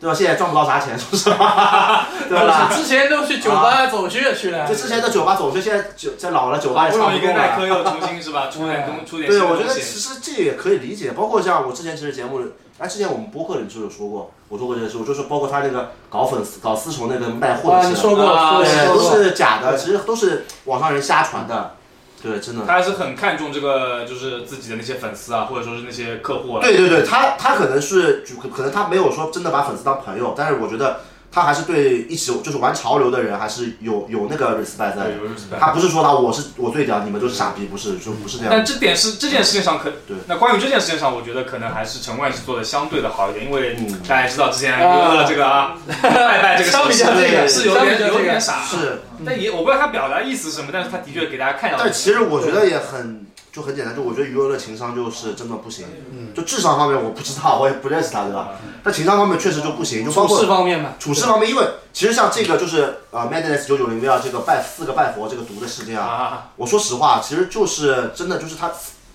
对吧？现在赚不到啥钱，说实话，对吧？啊
之前都去酒吧走穴去了
就，之前在酒吧走，就现在酒在老了，酒吧
好
也
不
上
容易
不
跟
动
耐
了。
克又重新是吧，出点东出点新
对，
的
我
东
觉得
西
其实这也可以理解，包括像我之前其实节目里，哎，之前我们播客里就有说过，我说过这个事，我就是包括他那个搞粉丝、搞丝绸那个卖货的
啊，
事，
你说过，
啊
说
对，
过
都
说过，
是假的，
对
其实都是网上人瞎传的。对，真的。
他还是很看重这个，就是自己的那些粉丝啊，或者说是那些客户啊。
对对对，他他可能是就可能他没有说真的把粉丝当朋友，但是我觉得他还是对一起就是玩潮流的人还是有有那个 respect 在
对
的。
有 respect
他不是说他我是我最屌，你们都是傻逼，不是就不是这样。
但这点是这件事情上可
对
那关于这件事情上，我觉得可能还是陈冠希做的相对的好一点，因为
嗯
大家知道之前娱乐这个 啊，拜拜这个
相比较
是
这个
是有
相比
点
较这个
有点傻，啊
是，
但也我不知道他表达意思是什么，但是他的确给大家看到了。
但其实我觉得也很就很简单，就我觉得娱乐的情商就是真的不行，
嗯
就智商方面我不知道，我也不认识他，对吧？但情商方面确实就不行，就包
处
括
事方面嘛，
处事方面，因为其实像这个就是呃 Madness 九九零 VR 这个拜四个拜佛这个毒的事件啊，
啊，
我说实话，其实就是真的就是他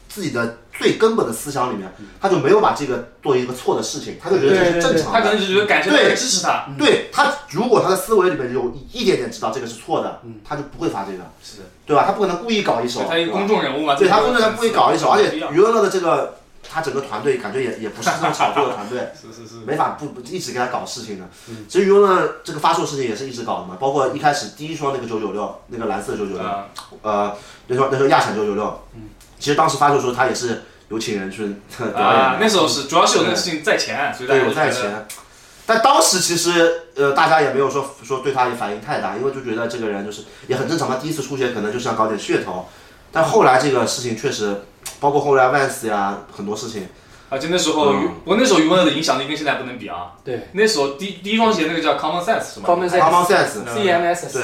自己的最根本的思想里面，他就没有把这个做一个错的事情，他就觉得这是正常
他可
的。
能只是觉得感谢大家
对
支持他，
对他，如果他的思维里面有一点点知道这个是错的，他就不会发这个，
是
对吧？他不可能故意搞一手
所以，他一
对
个
吧
公众人物嘛，
对他
公
工
众
作人故意搞一手，而且
是
余文乐的这个他整个团队感觉也也不是这么炒作的团队，
是是，
没法不不一直给他搞事情的。其实余文乐这个发售事情也是一直搞的嘛，包括一开始第一双那个九九六，那个蓝色九九六，
啊，
呃，那时候那时候亚闪九九六，其实当时发售的时候他也是有请人去 表
嗯啊，
演的，
那时候是主要是有那个事情在前，所以大家
嗯对，
就
我在
觉得
前。但当时其实，呃，大家也没有说说对他也反应太大，因为就觉得这个人就是也很正常嘛，第一次出现可能就是要搞点噱头。但后来这个事情确实，包括后来 Vans 呀很多事情，
而啊且那时候
嗯
余，我那时候余文乐的影响力跟现在不能比啊。
对
那时候第第一双鞋那个叫 Common Sense 是吗
Common Sense
Common Sense，
，CMS，
对，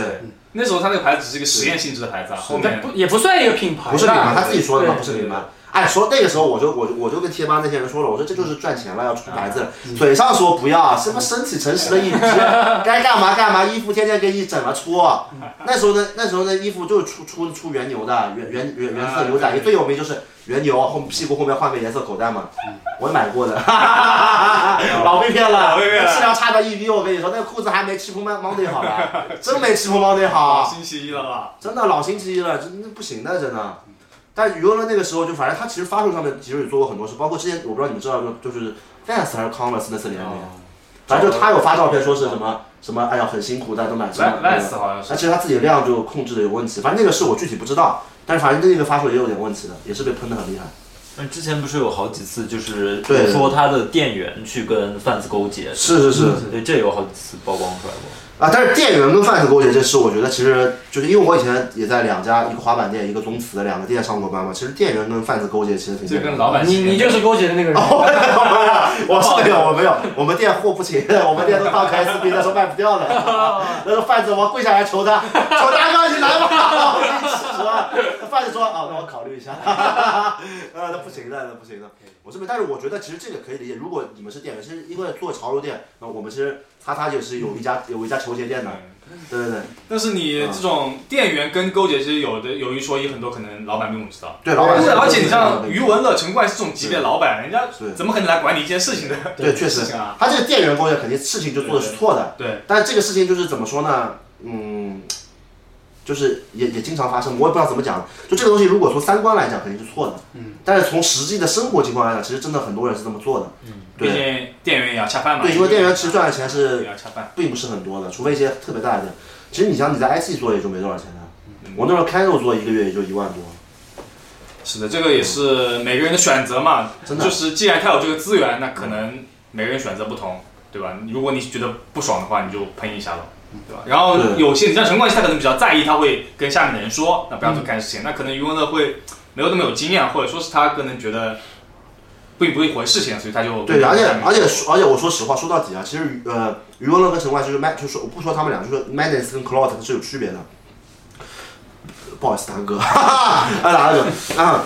那时候他那个牌子只是一个实验性质的牌子啊，后
但
面
不也不算一个品牌吧，
不是你们他自己说的嘛，
对
不是你们。哎，说那个时候我就我就我就跟贴吧那些人说了，我说这就是赚钱了，要出牌子
啊
了，嘴上说不要，啊什么身体诚实的 一批，该干嘛干嘛，衣服天天给你整了出。
嗯
那时候呢，那时候呢，衣服就是出出出原牛的，原原原原色牛
啊
仔，
对
最有名就是原牛，后屁股后面换个颜色口袋嘛，
嗯
我买 过的，老被骗了，
老被骗了
质量差到一逼，我跟你说，那裤子还没七 m o n d a y 好吧，真没七 m o n d a y 好。
啊星期一了吧？
真的老星期一了，真的不行的，真的。但余文乐那个时候就反正他其实发售上面其实也做过很多事，包括之前我不知道你们知道就就是 Vans 还是 Converse 那次联名，啊反正就他有发照片说是什么什么，哎呀很辛苦，大家都买什么
Van。Vans 好像是
那其实他自己量就控制的有问题，反正那个是我具体不知道，但是反正那个发售也有点问题的，也是被喷的很厉害。
那之前不是有好几次，就是
对
说他的店员去跟贩子勾结，
是是是，
对，这有好几次曝光出来过。
啊，但是店员跟贩子勾结这事，我觉得其实就是因为我以前也在两家，一个滑板店，一个宗祠的两个店上过班嘛，其实店员跟贩子勾结其实挺
就
正常的
跟老板
你你就是勾结的那个人，
哦我
哦
是没有，我没有，我们店货不行， 我们店都到 SB 那时候卖不掉的。
哦
那时候贩子我跪下来求他，求大哥你来吧，我给 你吃啊。那贩子说啊，那我考虑一下。 啊，那不行的，那不行的。我这边，但是我觉得其实这个可以理解。如果你们是店员，其实因为做潮流店，那我们其实他他也是有一家有一家球鞋店的，
嗯
对对对，
但是你这种店员跟勾结，其实有的有一说一，很多可能老板并不知道。
对老板
而
是
且
不知道的。
而且你像余文乐、陈冠希这种级别的老板，人家
对
怎么可能来管理一件事情呢？
对，确
事
实
情啊，
他这个店员勾结肯定事情就做的是错的。
对，
但这个事情就是怎么说呢？嗯，就是也也经常发生，我也不知道怎么讲。就这个东西，如果从三观来讲，肯定是错的。嗯。但是从实际的生活情况来讲，其实真的很多人是这么做的。嗯。
毕
对
竟店员也要恰饭嘛。
对，因为店员其实赚的钱是
也要恰饭。
并不是很多的，除非一些特别大的店。其实你想你在 IC 做也就没多少钱的，我那时候开肉做一个月也就一万多。
是的，这个也是每个人的选择嘛。
真的
就是既然他有这个资源，那可能每个人选择不同，对吧？如果你觉得不爽的话，你就喷一下咯，
嗯
对吧？然后
对
有些你像陈冠希，他可能比较在意，他会跟下面的人说，那不要做干事
嗯
情。那可能余文乐会没有那么有经验，或者说是他可能觉得并不是一回事情，所以他就
对，而且而且
说
说而且我说实话，说到底啊，其实呃，余文乐跟陈冠希就是 Mad，就是我不说他们俩，就说 Madness 跟 Clout 是有区别的。不好意思，大哥，哈哈，啊，大哥，啊，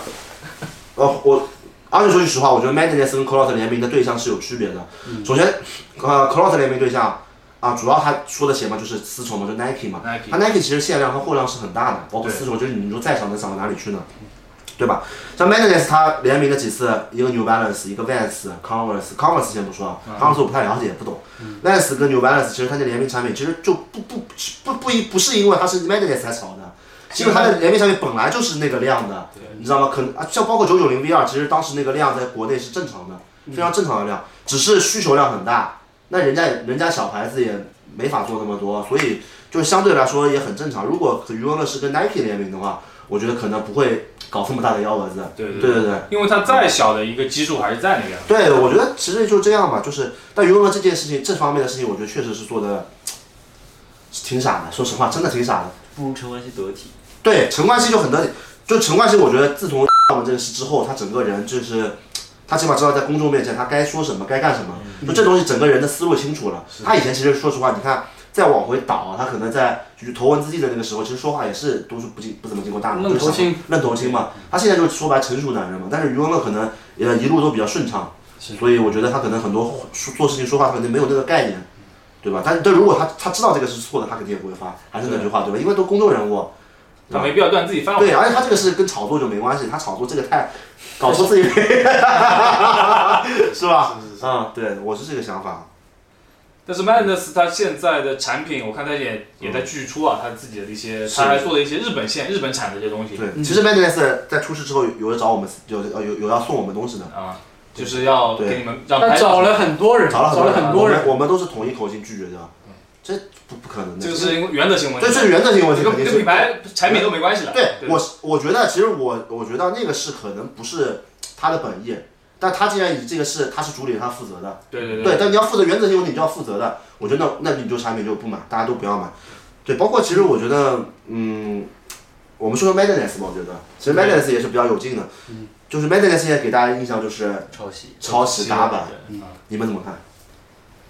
呃，我，而且说句实话，我觉得 Madness 跟 Clout 联名的对象是有区别的。首先，呃，Clout 联名对象啊，主要他说的鞋嘛，就是丝绸嘛，就 Nike 嘛。
Nike
它 Nike 其实限量和货量是很大的，包括
对
丝绸，就是你说再少能少到哪里去呢？对吧？像 Madness 它联名的几次，一个 New Balance，一个 Vans、Converse、Converse 先不说啊，Converse 我不太了解，也不懂。Vans 跟 New Balance 其实它的联名产品其实就不不不不一不是因为它是 Madness 才炒的，因为它的联名产品本来就是那个量的，你知道吗？可能啊，像包括九九零 VR，其实当时那个量在国内是正常的，非常正常的量，只是需求量很大。那人家人家小牌子也没法做那么多，所以就相对来说也很正常。如果余文乐是跟 Nike 联名的话，我觉得可能不会搞这么大的幺蛾子。
对对
对对对。
因为他再小的一个基数还是在那边。
对，我觉得其实就这样吧，就是但余文乐这件事情这方面的事情，我觉得确实是做的挺傻的，说实话，真的挺傻的。
不如陈冠希得体。
对，陈冠希就很得体，就陈冠希，我觉得自从 我们这个事之后，他整个人就是，他起码知道在公众面前他该说什么，该干什么，
嗯
就这东西整个人的思路清楚了。他以前其实说实话，你看再往回倒啊，他可能在就是头文字 D 的那个时候，其实说话也是都是不经不怎么经过大脑，
愣头
就是想
青，
愣头青嘛。他现在就是说白成熟男人嘛，但是余文乐可能呃一路都比较顺畅，所以我觉得他可能很多说做事情说话他肯定没有那个概念。对吧？但是，但如果他他知道这个是错的，他肯定也不会发。还是那句话，对吧？因为都公众人物，啊
他没必要断自己饭碗。
对，而且他这个是跟炒作就没关系，他炒作这个太搞错自己， 是吧？嗯，对，我是这个想法。
但是 Madness 它现在的产品，我看它也也在巨出啊，它自己的一些，
嗯是
它还做了一些日本线、日本产的一些东西
对，其实 Madness 在出事之后有有人找我们，有呃有有有要送我们东西的，
啊，就是要
对
给你们让
他
拍
找了很多人，
找了
嗯找了很多人，
我们我们都是统一口径拒绝的，这不不可能的。
这个是因为原则性问
对，这
题，
是原则性问
这
题，
个
肯定
跟
是
品牌产品都没关系了。
对我是，我觉得其实我我觉得那个是可能不是他的本意，但他既然以这个事他是主理人，他负责的，
对对
对，但你要负责原则性问题，你就要负责的。我觉得那那你就产品就不买，大家都不要买。对，包括其实我觉得，嗯，我们说说 Madness 吧，我觉得其实 Madness 也是比较有劲的。
嗯
就是 Madness 现在给大家印象就是，
抄袭，
抄袭打板
对
你们怎么看？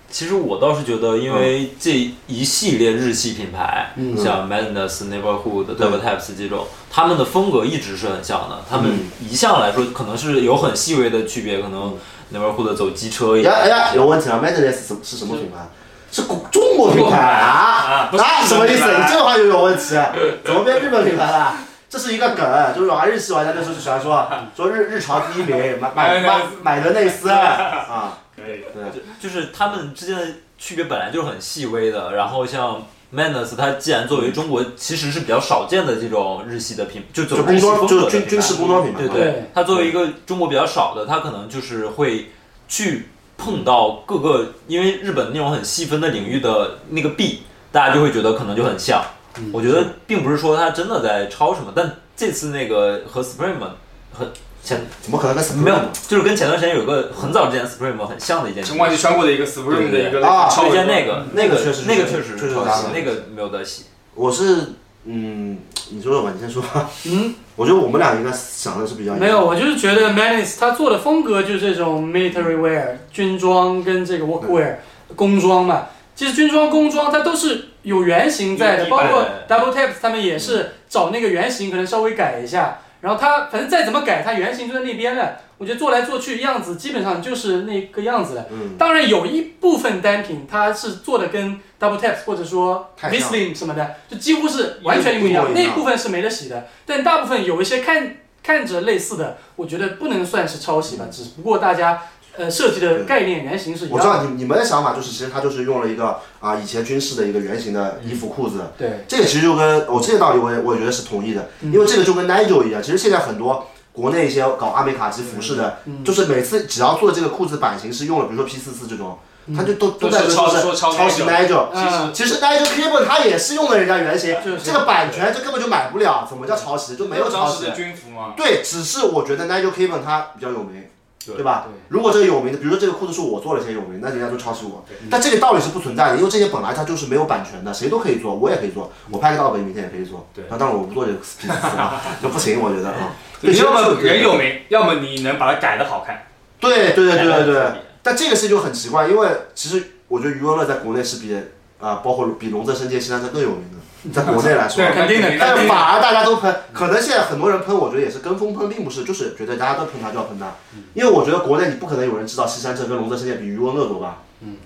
其实我倒是觉得，因
嗯
为这一系列日系品牌，像 Madness、Neighborhood、
对
Double Taps 这种，他们的风格一直是很像的。他们
嗯
一向来说，可能是有很细微的区别，可能 Neighborhood 走机车也
嗯哎呀哎呀，有问题了，Madness 是是什么品牌？啊是国中国品牌啊
啊？不是
啊，
日
什
本
么意思？
品牌
你这话就有问题，啊怎么变日本品牌了？这是一个梗，就是玩日系玩家那时候就喜欢说说日日潮第一名，买买买买的内斯啊，
可以。
对，
就是他们之间的区别本来就是很细微的。然后像 Madness，它既然作为中国其实是比较少见的这种日系的品，就走
就
日
工
系风
装
格
就
的
是军
品
军
牌
事工装品牌
对
嘛，
对
对，
它作为一个中国比较少的，它可能就是会去碰到各个，因为日本那种很细分的领域的那个币，大家就会觉得可能就很像。
嗯
我觉得并不是说它真的在抄什么，但这次那个和 Spring 嘛，和前
怎么可能跟 Supreme
没有，就是跟前段时间有个很早之前 Spring 嘛很像的一件事
陈
情。
冠希穿过的一个 Supreme 的一个
啊
超
推
人
荐那个，那
那
个
个确实是
那个确
确
实
实
是
是
抄
他
袭
的，
那个没有得洗。
我是嗯，你说说吧，你先说吧。
嗯，
我觉得我们俩应该想的是比较一样
没有，，我就是觉得 Madness 他做的风格就是这种 military wear 军装跟这个 workwear 工装嘛。其实军装、工装它都是有原型在的，
有地
包
板
括
的
Double Taps 他们也是找那个原型，可能稍微改一下。然后它反正再怎么改，它原型就在那边了。我觉得做来做去样子基本上就是那个样子了。
嗯，
当然有一部分单品它是做的跟 Double Taps 或者说
太
v i
像
s l i n 什么的，就几乎是完全一模一
一模
样。
一样
那部分是没得洗的，但大部分有一些看看着类似的，我觉得不能算是抄袭吧，只不过大家呃设计的概念原型是一
嗯我
样
知
的。
道你你们的想法就是，其实他就是用了一个啊以前军事的一个原型的衣服裤子，
对，
这个其实就跟我这个道理我也我觉得是同意的，因为这个就跟 Nigel 一样，其实现在很多国内一些搞阿美卡基服饰的，就是每次只要做这个裤子版型是用了，比如说 P 四四这种，他就嗯都都在
就是
说
抄
是
说抄
抄袭
Nigel
Nigel，
啊
嗯，
其实 Nigel k i b o n 他也是用了人家原型
就是，
这个版权这根本就买不了，怎么叫抄袭？就没有抄
当时
袭
的。军服吗？
对，只是我觉得 Nigel k i b o n 他比较有名，
对
对吧
对？
如果这个有名的，比如说这个裤子是我做了，先有名，那人家就抄袭我。但这个道理是不存在的，因为这些本来它就是没有版权的，谁都可以做，我也可以做，我拍个盗版明天也可以做。
对
那当然我不做这个 P 四啊， 就不行，我觉得啊。对，
你要么
其实
人有名，要么你能把它改的好看。
对对对对对对
改。
但这个事情就很奇怪，因为其实我觉得余文乐在国内是比啊、 包括比龙泽深界、西南城更有名的，在国内来说。
对
肯定的
嗯
肯
但
定
是
的
反而大家都喷，可能现在很多人喷，我觉得也是跟风喷，并不是就是觉得大家都喷他就要喷他，因为我觉得国内你不可能有人知道西山镇跟龙泽深界比余文乐多吧？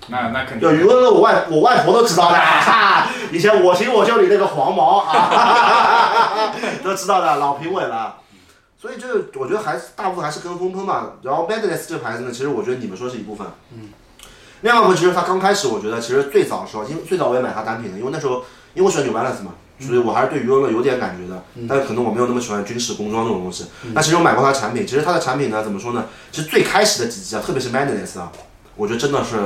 那那肯定
对，余文乐我外我外婆都知道 的，哈哈以前我行我秀里那个黄毛啊 哈哈哈哈，都知道的，老评委了。所以就是我觉得还是大部分还是跟风喷嘛。然后 Madness 这牌子呢，其实我觉得你们说是一部分，嗯。另外一部分其实它刚开始，我觉得其实最早的时候，因为最早我也买它单品的，因为那时候因为我喜欢 New Balance 嘛，所以我还是对余文乐有点感觉的。但是可能我没有那么喜欢军事工装这种东西。但其实我买过它的产品，其实它的产品呢，怎么说呢？其实最开始的几季啊，特别是 Madness 啊，我觉得真的是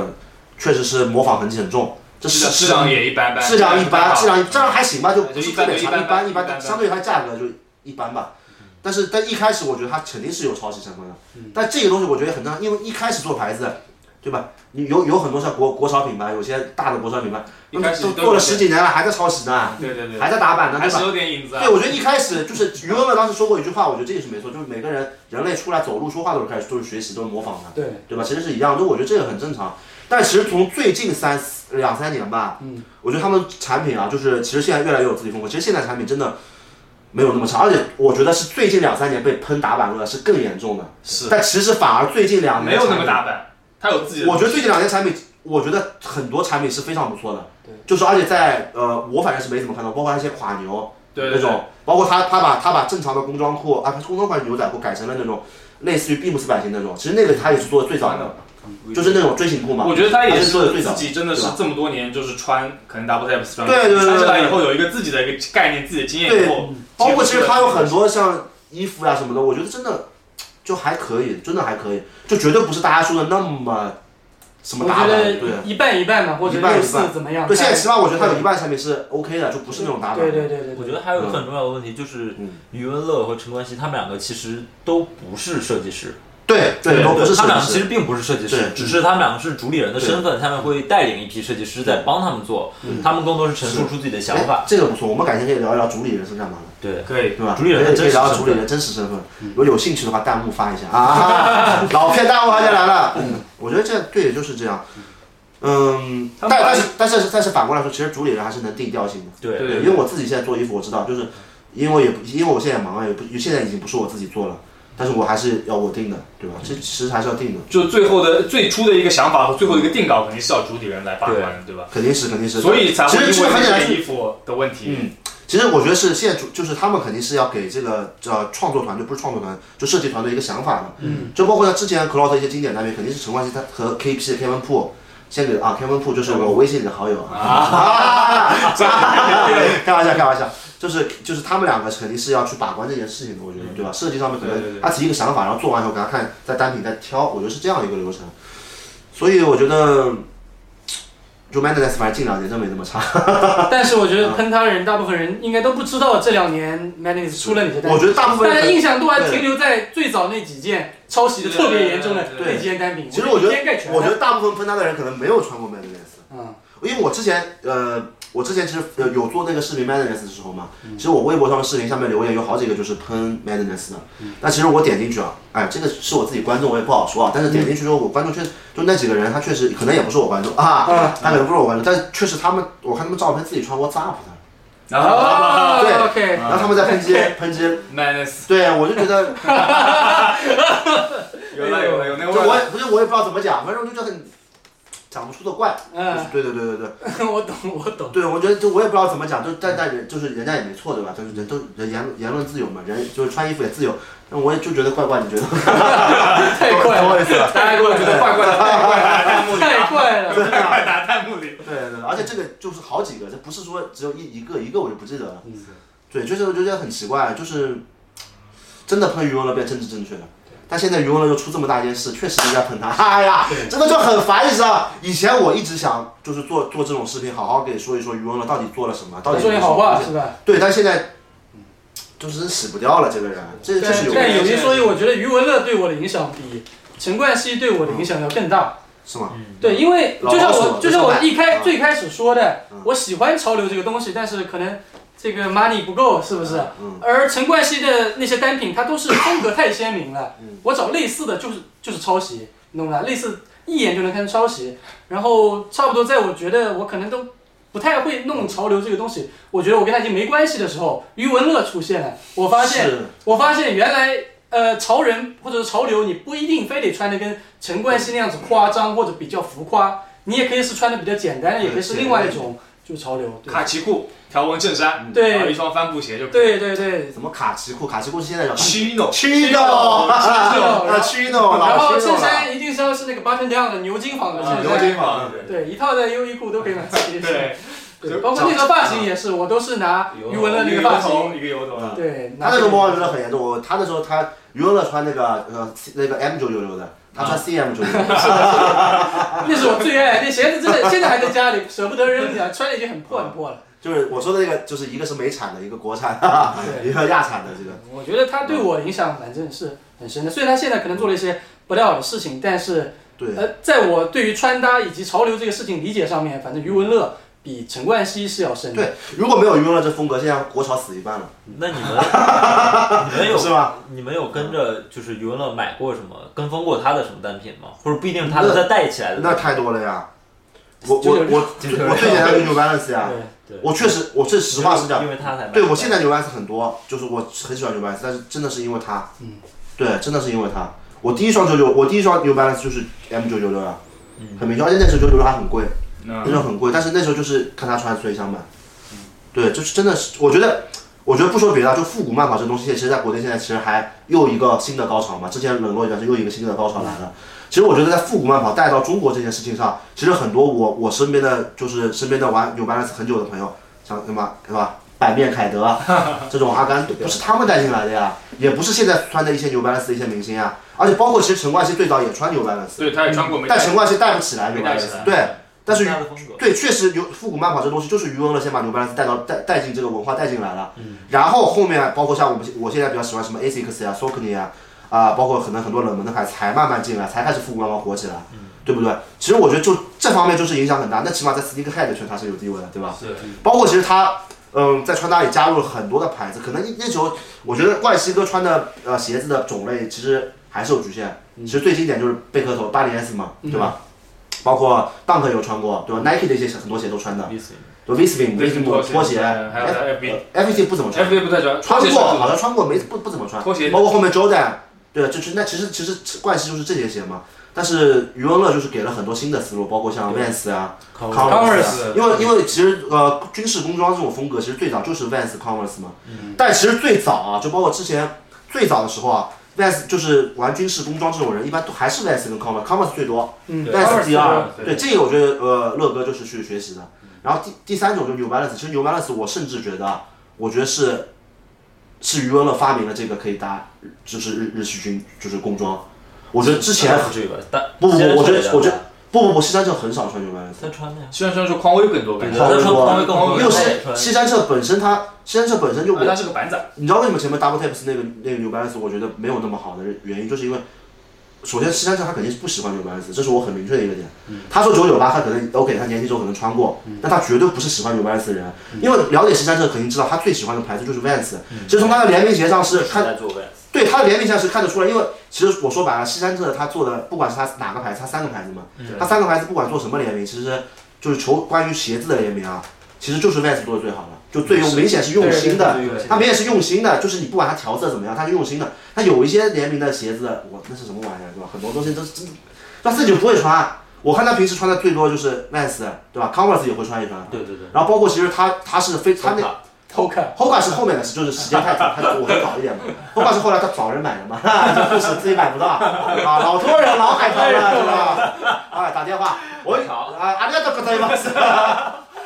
确实是模仿痕迹很重，这
质
是
质量也一般般，
质量一般，质量一质量还行吧，就
就
不
一
是特
般
别
就
差，
一般
一
吧
般一
一般嗯
般，
吧
相对于它价格就一般吧。但是但一开始我觉得它肯定是有抄袭成分的，但这个东西我觉得也很正常，因为一开始做牌子，对吧？你有有很多像国国潮品牌，有些大的国潮品牌，
一开始
都
都嗯
做了十几年了还在抄袭呢，
对对对，
还在打版呢，
还
对
是
吧？
有点影子啊。
对，我觉得一开始就是余文乐当时说过一句话，我觉得这也是没错，就是每个人人类出来走路说话都是开始都是学习，都是模仿的。
对，
对吧？其实是一样的，我觉得这个很正常。但其实从最近三四两三年吧，
嗯，
我觉得他们产品啊，就是其实现在越来越有自己风格。其实现在产品真的没有那么差，而且我觉得是最近两三年被喷打版论是更严重的。
是
但其实反而最近两
啊没
年
有那么
产
打板，他有自己
品
的。
我觉得最近两年产品，我觉得很多产品是非常不错的。
对，
就是而且在呃，我反正是没怎么看到，包括那些垮牛，
对
那
对对
种，包括他他把他把正常的工装裤啊，工装款牛仔裤改成了那种类似于 Beams 版型那种，其实那个他也是做的最早的，就是那种锥形裤嘛。
我觉得他也
还是做得最
是
早
自己真的是
对吧
这么多年就是穿，可能 Double Tap 穿，
对对对对
穿起来以后有一个自己的一个概念、自己的经验以后，
包括其实他有很多像衣服呀、什么的，我觉得真的就还可以，真的还可以，就绝对不是大家说的那么什么
我
打
觉
版，
得
对。
一半一半吧，或者
一半一
六
半
四怎么样？
对，现在起码我觉得它有一半产品是 OK 的，就不是那种打版。
对对对对
我
对，
觉得还有一个很重要的问题就是
嗯，
余文乐和陈冠希他们两个其实都不是设计师，
对对，都不是
他
设计
们两个其
师。
实并不是设计师
对，
只是他们两个是主理人的身份，他们会带领一批设计师
嗯
在帮他们做，他们更多是陈述出自己的想
哎
法。
这个不错，我们改天可以聊一聊主理人是干嘛的。
对，
可以
对吧？
主理人
可以可以
真实
聊聊
身
主
份
理人真实身份。
嗯
如果有兴趣的话，弹幕发一下啊！ 老片弹幕发下来了。
嗯
我觉得这对，就是这样。嗯，
他
但
们把
但是但是但是反过来说，其实主理人还是能定调性的。
对
对
因为我自己现在做衣服，我知道，就是因为我也不因为我现在也忙啊，也不现在已经不是我自己做了，但是我还是要我定的，对吧？这其实还是要定的，
就最后的最初的一个想法和最后一个定稿肯定是要主体人来把关的，对吧？
肯定是肯定是。
所以才会
其实
因
这
为
个很
这
简单
件衣服的问题，
嗯，其实我觉得是现在主就是他们肯定是要给这个呃创作团队不是创作团就设计团队一个想法的，嗯，就包括像之前 Cloud 的一些经典单品，肯定是陈冠希他和 KP 的 Kevin Pu。先给啊，Kevin Pu 就是我微信里的好友 啊，开玩笑开玩笑，就是就是他们两个肯定是要去把关这件事情的，我觉得对吧？设计上面
嗯
可
对对
能
对
他提一个想法，然后做完以后给他看，在单品再挑，我觉得是这样一个流程。所以我觉得，嗯就 Madness 反正近两年真没那么差。
但是我觉
嗯
得喷他的人，大部分人应该都不知道这两年 Madness 出了哪些单
我
品，
觉得大部分人
大家
可能
印象都还停留在最早那几件抄袭的特别严重的
对对
那几件单品。
其实我觉得
以偏概，全
我觉
了
得大部分喷他的人可能没有穿过 Madness，
嗯，
因为我之前呃，我之前其实呃有做那个视频 Madness 的时候嘛，其实我微博上的视频下面留言有好几个就是喷 Madness 的，那其实我点进去啊，哎，这个是我自己观众，我也不好说啊，但是点进去之后，我观众确实就那几个人，他确实可能也不是我观众啊
嗯，
他可能不是我观众，但是确实他们，我看他们照片自己穿过 ZAP 的，
然后
对
啊，OK，
然后他们在喷街喷街，
Madness
对啊我就觉得
有了有了有那个
就
味
我
道
也不是我也不知道怎么讲，反正我就觉得很讲不出的怪。就是
嗯，
对对对对对。
我懂，我懂。
对，我觉得就我也不知道怎么讲，就但但人就是人家也没错，对吧？就是人都人言言论自由嘛，人就是穿衣服也自由。那我也就觉得怪怪，你觉得？
太怪
懂
了，
我意思了。
大家给我觉得怪怪的，太怪了，弹幕里
太
啊，
怪了。
怪怪打弹幕里。
对对对，而且这个就是好几个，这不是说只有一一个一个我就不记得了。
嗯
对，就是我觉得很奇怪，就是真的喷余文乐变政治正确了。但现在余文乐又出这么大一件事，确实应该喷他。 哎呀，真的就很烦，你知道？以前我一直想就是做做这种视频，好好给说一说余文乐到底做了什么，到底
说点好话是吧？
对，但现在就是洗不掉了这个人，这这是有
但有一说一，我觉得余文乐对我的影响比陈冠希对我的影响要更大。
是吗？
对，因
嗯
为
老
就像
老鼠
我
就
就是像我
懒
一开
嗯
最开始说的
嗯，
我喜欢潮流这个东西，但是可能这个 money 不够，是不是？
嗯
而陈冠希的那些单品，它都是风格太鲜明了
嗯，
我找类似的就是就是抄袭，你懂吧？类似一眼就能看出抄袭，然后差不多在我觉得我可能都不太会弄潮流这个东西，我觉得我跟他已经没关系的时候，余文乐出现了，我发现
是
我发现原来呃潮人或者是潮流，你不一定非得穿的跟陈冠希那样子夸张或者比较浮夸，你也可以是穿的比较简单的，也可以是另外一种就是潮流。
卡其裤、条纹衬
嗯
衫，啊
对
然后一双帆布鞋就可以。
对对对对。
怎么卡其裤？卡其裤是现在叫
Chino
Chino，啊 Chino
然
老
后
Chino
衬
了，
衫一定是要是那个 button down 的牛津仿的
啊
衬
牛
衫，
津仿的
对，一套的优衣库都可以买齐。
对，
对，包括那个发型也是，我都是拿余文乐那个发型，
一个油头，
对，
嗯他
拿
那
这
个
个
模仿真的很严重。我他那时候他余文乐穿那个呃那个 M 九九六的，他
嗯
穿 C M 九九六，
那是我最爱，那鞋子真的现在还在家里， 舍不得扔掉，穿的已经很破很破了。
就是我说的那个，就是一个是美产的，一个国产的，
对，
一个亚产的这个。
我觉得他对我影响反正是很深的，虽然他现在可能做了一些不太好的事情，但是
对，
呃，在我对于穿搭以及潮流这个事情理解上面，反正余文乐比陈冠希是要深的。
对如果没有余文乐这风格，现在国潮死一半了，
那你们 你们有
是吧？
你们有跟着就是余文乐买过什么，跟风过他的什么单品吗？或者不一定他的他带起来的
那
单品？
太多了呀。我我我我最
九九六
简单的 New Balance 呀，
对，
对，
我确实我这实话是这样。
因为他才买
对，我现在牛 S 很多，就是我很喜欢牛 S，但是真的是因为它，
嗯，
对，真的是因为它。我第一双九九，我第一双牛 balance 就是 M 九九六啊，
嗯
很明显，而且那时候九九六还很贵，
那
那时候很贵，但是那时候就是看它穿，所以想买。对，就是真的是，我觉得，我觉得不说别的，啊就复古慢跑这东西，其实在国内现在其实还又一个新的高潮嘛，之前冷落一段，是又一个新的高潮来了。其实我觉得在复古慢跑带到中国这件事情上，其实很多我我身边的就是身边的玩牛 balance 很久的朋友，像什么是吧？百面凯德啊这种阿甘都不是他们带进来的呀，也不是现在穿的一些牛 balance 的一些明星呀，而且包括其实陈冠希最早也穿牛 balance，
对，他也穿过没带
但陈冠希带不起来
没
牛
带起来
balance，对，但是
他的风格，
对，确实牛复古慢跑这东西就是余文乐先把牛 balance 带到带带进这个文化带进来了，然后后面包括像我们我现在比较喜欢什么 Asics 啊、Saucony 啊，啊、包括可能很多冷门的牌子才慢慢进来，才开始复古慢跑火起来，对不对？其实我觉得就这方面就是影响很大，那起码在 sneakerhead 圈它是有地位的，对吧？
是
包括其实他，嗯，在穿搭里加入了很多的牌子，可能那时候我觉得冠希哥穿的呃鞋子的种类其实还是有局限。
嗯
其实最经典就是贝壳头八零 S 嘛，对吧？包括 Dunk 也有穿过，对吧？Nike 的一些很多鞋都穿的，
意思
就 v i s p i n v i s p i n 拖鞋
还有
哎
FB。
，everything 不怎么穿，
FB 不太穿，
穿
拖鞋
过好
穿
像穿过没不不怎么穿，
拖鞋
包括后面 Jordan，对，就是那其实其实冠希就是这些鞋嘛。但是余文乐就是给了很多新的思路，包括像 Vans 啊，
康
Converse，
Converse
因为因为其实呃军事工装这种风格其实最早就是 Vans Converse 嘛，
嗯
但其实最早啊，就包括之前最早的时候啊，Vans 就是玩军事工装这种人，一般都还是 Vans 跟 Converse，Converse 最多
嗯
对
，Vans 第二
Converse，，对
对这个我觉得呃乐哥就是去学习的，然后第第三种就是 New Balance，其实 New Balance 我甚至觉得啊，我觉得是是余文乐发明了这个可以搭就是日日系军就是工装，我觉得之前
不至于吧？但
不不
西安
我觉得
穿的
我觉得不不不，西山就很少穿 New Balance。
他穿的呀，
虽然说是匡威更多感
对，
觉，
他穿
匡
匡
威
威
更
更
多
多，
因为
他
西
也穿
西山社本身它西山社本身就
啊
我，
它是个板仔，
你知道为什么前面 Double Taps 那个那个 New Balance 我觉得没有那么好的原因，就是因为首先西山社他肯定是不喜欢 New Balance，这是我很明确的一个点。他说九九八，他可能 OK，他年轻时候可能穿过，但他绝对不是喜欢 New Balance 的人，因为了解西山社肯定知道他最喜欢的牌子就是 Vans，其实从他的联名鞋上是看
在做呗。
对它的联名下是看得出来，因为其实我说白了，西山社它做的不管是它哪个牌子，它三个牌子嘛，
嗯
它三个牌子不管做什么联名，其实就是求关于鞋子的联名啊，其实就是 Vans 做的最好的，就最用明显是用心的，
对对
它明显是用心的，就是你不管它调色怎么样，它是用心的。它有一些联名的鞋子，我那是什么玩意儿，对吧？很多东西都是真的，那自己不会穿。我看他平时穿的最多就是 Vans，对吧？Converse 也会穿一穿。
对对对，
然后包括其实他他是非他那
偷看，
Hoka 是后面的事，就是时间太早，他我会早一点嘛。Hoka 是后来他早人买的嘛， 不是自己买不到啊，老托人老海淘了是吧？啊，打电话，我
好
啊，ありがとうございます。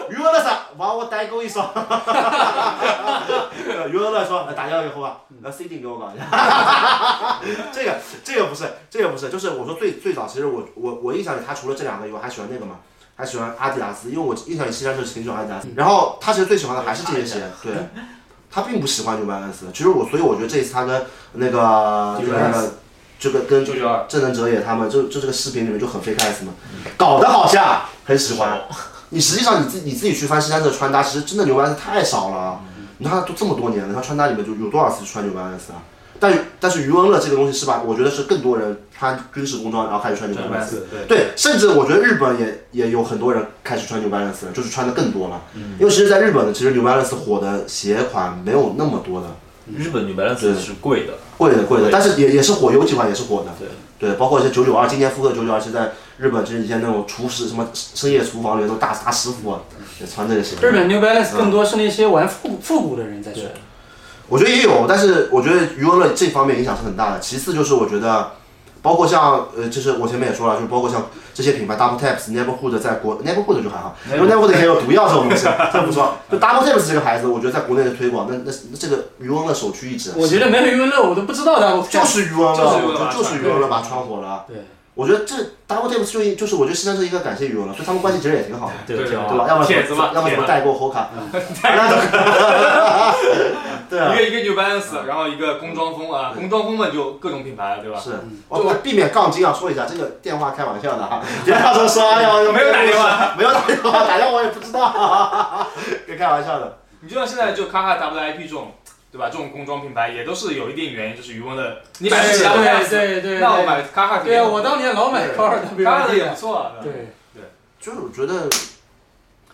余额乐啥？把我代购一双。余额乐说，打电话以后啊，那 CD 给我搞一下。这个这个不是，这个不是，就是我说最最早，其实我我我印象里他除了这两个以外，还喜欢那个嘛。还喜欢阿迪达斯，因为我印象里西山就是挺喜欢阿迪达斯。然后他其实最喜欢的还是这些鞋，对，他并不喜欢纽曼恩斯。其实我，所以我觉得这一次他跟那个
就
那
是
个那个，就跟跟
就觉得
郑能哲也他们，就就这个视频里面就很 fake ass 嘛，搞得好像很喜欢。你实际上你自你自己去翻西山的穿搭，其实真的纽曼恩斯太少了。啊你看他都这么多年了，他穿搭里面就有多少次穿纽曼恩斯啊？但但是余文乐这个东西是吧？我觉得是更多人穿军事工装，然后开始穿纽曼恩斯。
对，
对，甚至我觉得日本也也有很多人开始穿 New Balance 了，就是穿的更多了。因为其实，在日本呢，其实 New Balance 火的鞋款没有那么多的，
日本女白兰
对
斯是贵的，
贵的贵的，
对
但是也也是火，有几款也是火的。
对
对，包括一些九九二，今年复刻九九二是在日本，就是以前那种厨师什么深夜厨房里面都大大师傅啊，也穿这个鞋。
日本 New Balance 更多是那些玩复古复古的人在穿
对。
我觉得也有，但是我觉得余文乐这方面影响是很大的。其次就是我觉得，包括像呃，就是我前面也说了，就是包括像这些品牌 Double Taps、Neighborhood 在国 Neighborhood 就还好，因为 Neighborhood 也有毒药这种东西，这不错。就 Double Taps 这个牌子，我觉得在国内的推广，那那那这个余文乐首屈一指，啊
我觉得没有余文乐，我都不知道的。我
就是余文乐，
就是余文乐
我觉得就是余文乐把它穿火了。啊
对，
我觉得这 Double Taps 就应就是我觉得西山是应该感谢余文乐，所以他们关系其实也挺好的。
对
对
挺
对
好
吧？要不然
铁嗯子嘛嗯
要不然
铁子
怎么代购啊 Hoka？对啊
一，个一个 New Balance，然后一个工装风啊，工装风嘛就各种品牌，对吧？
是，我避免杠精啊，说一下这个电话开玩笑的哈， 别到时候说哎呀，我
没有打电话，
没有打电话，打电话我也不知道， 跟开玩笑的。
你就像现在就卡卡 WIP 这种，对吧？这种工装品牌也都是有一定原因，就是余文乐，你买不起
对
WIP，
对对对，
那我买卡卡
对啊，我当年老买高尔的，
卡卡的也不错啊，吧
对，
就是我觉得，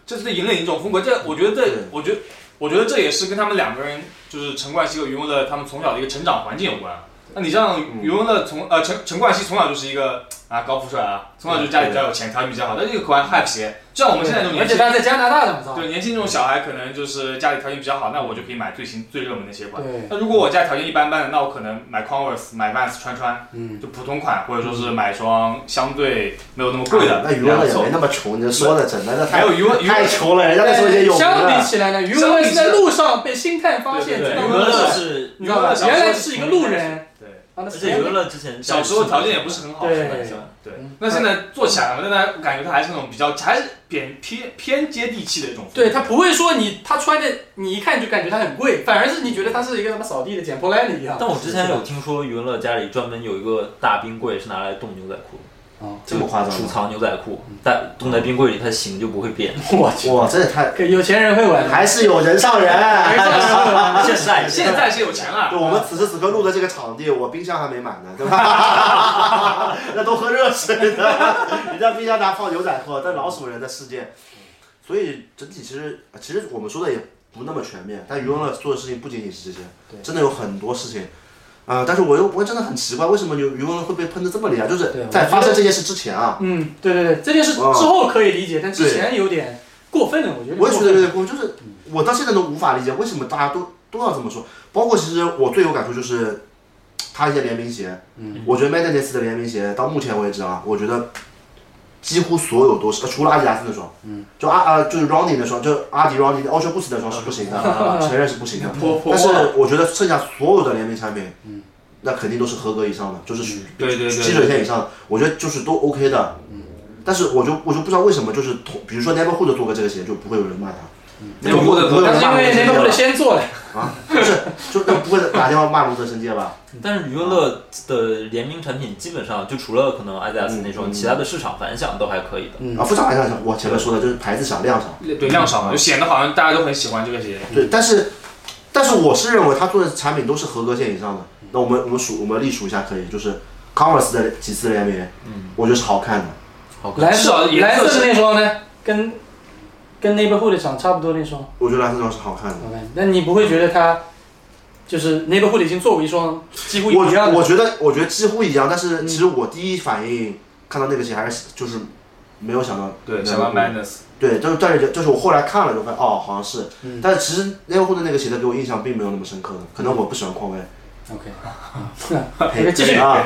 这是引领一种风格。这我觉得这
对，
我觉得，我觉得这也是跟他们两个人，就是陈冠希和余文乐他们从小的一个成长环境有关啊。那你像
嗯
余文乐从呃陈陈冠希从小就是一个啊高富帅啊，从小就家里比较有钱，条件比较好，但是又喜欢 hype 鞋。就像我们现在这种
而
年
且
轻，
他在加拿大的，我操。
对年轻这种小孩，可能就是家里条件比较好，那我就可以买最新最热门的鞋款。
对，
那如果我家条件一般般的，那我可能买 Converse、买 Vans 穿穿，
嗯，
就普通款，或者说是买一双相对没有那么贵的，
啊那舆
也
论
不
也
错
没。那么穷，你这说的真的那
还
太
有余文余文
太穷了，人家那时候也有名
相比
了。
起来呢，余文乐是在路上被星探发现，
对
知
对，余
道
余
文
文
乐
乐
吗？
是，
你知道吧？原来是一个路人，
对。
啊，那
而
是
且余文乐之前
小时候条件也不是很好，
对嗯
是吧是吧对。那现在做起来了，但他我感觉他还是那种比较还是偏偏偏接地气的一种风格。
对他不会说你他穿的你一看就感觉他很贵，反而是你觉得他是一个什么扫地的捡破烂的一样。
但我之前有听说余文乐家里专门有一个大冰柜是拿来冻牛仔裤，
啊
这么夸张
储
吗？
藏牛仔裤，但冻在冰柜里它型就不会变。
我去，
哇，这也太
可有钱人会玩的，
还是有人上人。
还是很会玩的
现 在
现在是有钱了，
啊
对，我
嗯
们此时此刻录的这个场地，我冰箱还没满呢，对 吧？那都喝热水的，人家冰箱拿泡牛仔裤，但老鼠人的世界。
嗯
所以整体其实，其实我们说的也不那么全面，但余文
嗯
乐做的事情不仅仅是这些，真的有很多事情。啊、但是我又我真的很奇怪，为什么余余文乐会被喷的这么厉害？就是
对我
在
觉
发生
得
这件事之前啊，
嗯，对对对，这件事之
哦
后可以理解，但之
对
前有点过分了，我觉得。
我也觉得有点过分，就是我到现在都无法理解为什么大家都都要这么说。包括其实我最有感触就是他一些联名鞋，
嗯，
我觉得 Madness 的联名鞋到目前为止啊，我觉得几乎所有都是，呃除了阿迪达斯那双，嗯，就阿啊、就是 Ronnie 那双，就阿迪 Ronnie 的 Ultra Boost 那双是不行的，啊承认是不行的。
泼泼
但是
墨了
我觉得剩下所有的联名产品，嗯，那肯定都是合格以上的，就是
对对
基
对，
准线以上的，我觉得就是都 OK 的。但是我就我就不知道为什么，就是同比如说 Neighborhood 做过这个鞋，就不会有人骂他。
嗯
那个我
不会有
但
人
是因
骂
为
这
联
个
合会先做了，
啊，不是，就那不会打电话骂卢德申界吧？
但是余文乐的联名产品基本上就除了可能阿迪达斯那双，其他的市场反响都还可以的。
啊，副厂还想我前面说的就是牌子小量小，
对量少嘛，就显得好像大家都很喜欢这个鞋。
对，但是但是我是认为他做的产品都是合格线以上的。那我们我们数我们列数一下可以，就是 Converse 的几次联名，嗯，我觉得是好看的。
好看，
蓝色
至少
蓝色
颜色
的
是
那双呢，跟跟 neighborhood 厂差不多那双，
我觉得蓝色装是好看的。
好看。那你不会觉得它就是 neighborhood 已经做过一双几乎
我
一样的？
我觉得我觉得几乎一样，但是其实我第一反应看到那个鞋还是就是没有想到
对，
那
想
个
到
故事
Madness，
对，就是但是就是我后来看了就发现哦，好像是，
嗯
但是其实内户的那个鞋子给我印象并没有那么深刻，可能我不喜欢匡威。
OK，
OK，继续
啊。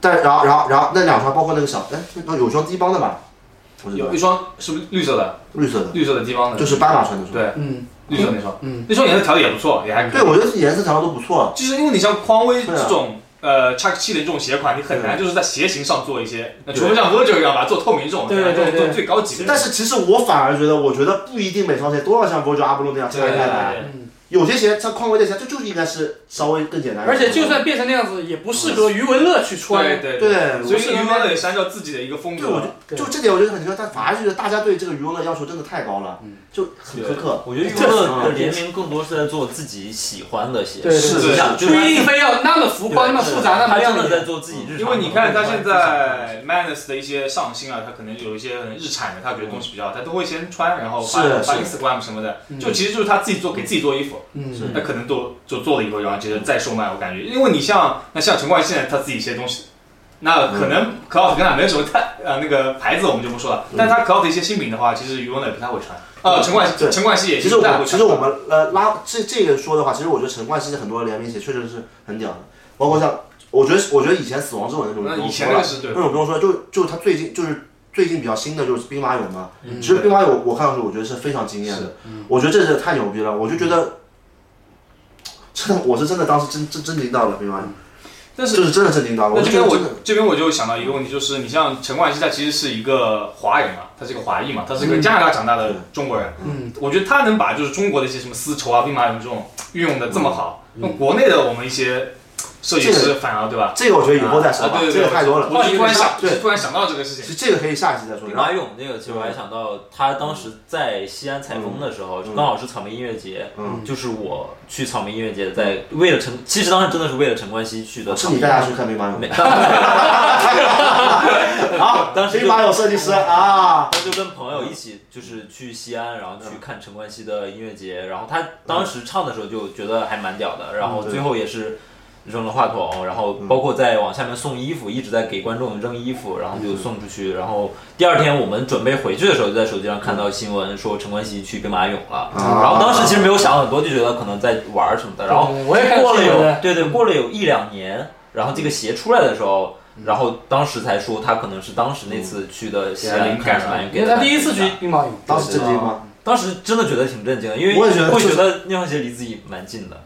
但然后然后然后那两双包括那个小哎，那有双低帮的吧？我记
有
得
一双是不是绿色的？
绿色的，
绿色的地方的，
就是斑马穿的双。
对
嗯
绿色那双，
嗯
那双颜色调的也不错，也还可以。
对，我觉得颜色调的都不错。
就是因为你像匡威
对啊
这种、呃 Chuck 七零这种鞋款，你很难就是在鞋型上做一些，那除非像 Virgil 一样把它做透明这种，
对对
这种
对
做
对
最高级的。
但是其实我反而觉得，我觉得不一定每双鞋都要像 Virgil Abloh 那样拆
对对
开
对
来。
嗯，
有些鞋像匡威那鞋，就就是应该是稍微更简单一点。
而且就算变成那样子，也不适合余文乐
对
去穿。
对对
对，
所以
我是
余文乐也是按照自己的一个风
对，我
格，
就就这点我觉得很奇怪，但反而觉得大家对这个余文乐要求真的太高了，
嗯
就很苛刻。
我觉得
这
娱乐的
嗯
联名更多是在做自己喜欢的鞋，
对对
是
你想就
不
是
一定非要那么浮夸、那么复杂、那么
他
亮
真的在
丽。
做自己日常的。
嗯因为你看他现在 Madness 的一些上新啊，他可能有一些可能日产的，他觉得东西比较好，他都会先穿，然后发
嗯是
发
是嗯
Instagram 什么的，就其实就是他自己做给自己做衣服，
嗯，
那可能都就做了以后，然后直接再售卖。我感觉，因为你像那像陈冠希现在他自己一些东西，那可
嗯
能 Cloud 跟他没什么太呃那个牌子我们就不说了，但他 Cloud 的一些新品的话，其实余文乐也不太会穿。呃，陈冠希
对
陈冠希也
其实我
不太
们
会
其
穿
实我们呃拉这这个说的话，其实我觉得陈冠希很多联名鞋确实是很屌的，包括像我觉得我觉得以前死亡之吻那种
那嗯
不
以
用
前
说
那个
了，
是对
那，种不用说，就就他最近就是最近比较新的就是兵马俑嘛，
嗯
其实兵马俑我看到的时候我觉得是非常惊艳的，我觉得这是太牛逼了，我就觉得。真的，我是真的当时真真真惊到了，兵马俑，
但是
就是真的震惊到了。
那
我
这
就觉
边
得
我
真的，
这边我就想到一个问题，就是你像陈冠希，他其实是一个华人嘛，他是一个华裔嘛，他
嗯
是一个加拿大长大的中国人。
嗯，
我觉得他能把就是中国的一些什么丝绸啊、兵马俑这种运用的这么好，那国内的我们一些设计
嗯这
师反而对吧？
这个我觉得以后再说吧，
啊对对对
这个太多了。
我就突然想，
对
就突然想到这个事
其
情。
实这个可以下一期再说。
兵
然后
马俑这个，其实我还想到他当时在西安采风的时候，就刚好是草莓音乐节，
嗯
就是我去草莓音乐节，在为了陈，其实当时真的是为了陈冠希去的
哦是
草莓
你带
音乐
他
节。
去看兵马俑
没
的。 好，
当时
兵
就
马俑设计师啊，
他就跟朋友一起就是去西安，然后去看陈冠希的音乐节，然后他当时唱的时候就觉得还蛮屌的，然后最后也是扔了话筒，然后包括在往下面送衣服，一直在给观众扔衣服，然后就送出去，然后第二天我们准备回去的时候，就在手机上看到新闻说陈冠希去兵马俑了，
嗯啊
然后当时其实没有想很多，就觉得可能在玩儿什么的，然后
对我也看
过了
新闻
有
了
对对，过了有一两年，然后这个鞋出来的时候。然后当时才说他可能是当时那次去的西安看兵马俑，
因为他第一次去兵马俑，
当时震惊吗？
当时真的觉得挺震惊的，因为
我也觉得
会
就是
觉得那双鞋离自己蛮近的，
就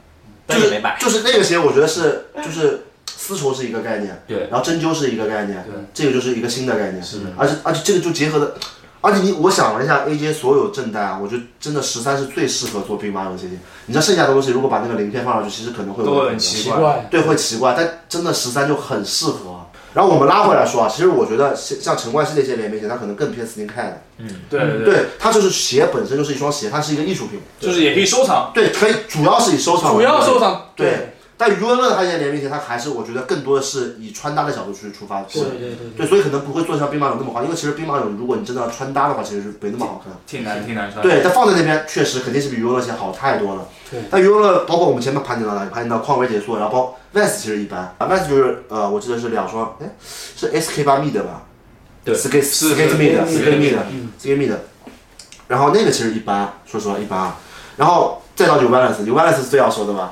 但也
是
没买。
就是那个鞋，我觉得是就是丝绸是一个概念，
对
然后针灸是一个概念，
对，
这个就是一个新的概念，
是的
而且而且这个就结合的，而且你我想了一下，AJ 所有正代啊，我觉得真的十三是最适合做兵马俑的鞋型。你知道剩下的东西，如果把那个鳞片放上去，其实可能会有
都会
问
很
题
奇
奇
怪。
怪。
对，会奇怪，但真的十三就很适合。啊然后我们拉回来说啊，其实我觉得像像陈冠希那些联名鞋，它可能更偏 sneaker，
对对对，
对，它就是鞋本身就是一双鞋，它是一个艺术品，
就是也可以收藏。
对，可以主要是以收藏，
主要收。藏
对，但余文乐他这些联名鞋，他还是我觉得更多的是以穿搭的角度去出发，
对对对对
对，所以可能不会做像兵马俑那么好，因为其实兵马俑如果你真的要穿搭的话，其实是没那么好看。
挺难，挺难穿。
对，但放在那边确实肯定是比余文乐鞋好太多了。
对
但余文乐包括我们前面盘点到的，盘点到匡威结束，然后包 Vans 其实一般啊，Vans 就是呃，我记得是两双，哎，是 SK 八 Mid 吧？
对
，Skate
是
Skate
是
Mid
是
Skate Mid
嗯
Skate Mid，然后那个其实一般，说实话一般啊。然后再到 New Balance，New Balance 是最要说的吧？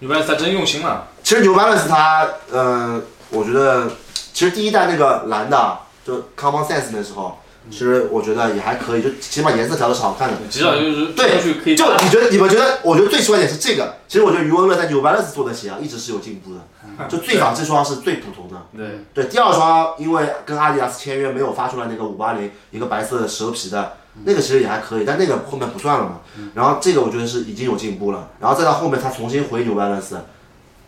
你不然他真用心了。
其实 New Balance 它，呃，我觉得其实第一代那个蓝的啊，就 Common Sense 那时候，其实我觉得也还可以，就起码颜色调的是好看的。
至少就是出
对
去可以
就
打
你觉得你们觉得，我觉得最奇怪点是这个。其实我觉得余文乐在 New Balance 做的鞋啊，一直是有进步的。就最早这双是最普通的，
对，
对，第二双因为跟阿迪达斯签约，没有发出来那个五八零，一个白色的蛇皮的，那个其实也还可以，但那个后面不算了嘛。然后这个我觉得是已经有进步了，然后再到后面他重新回 New Balance，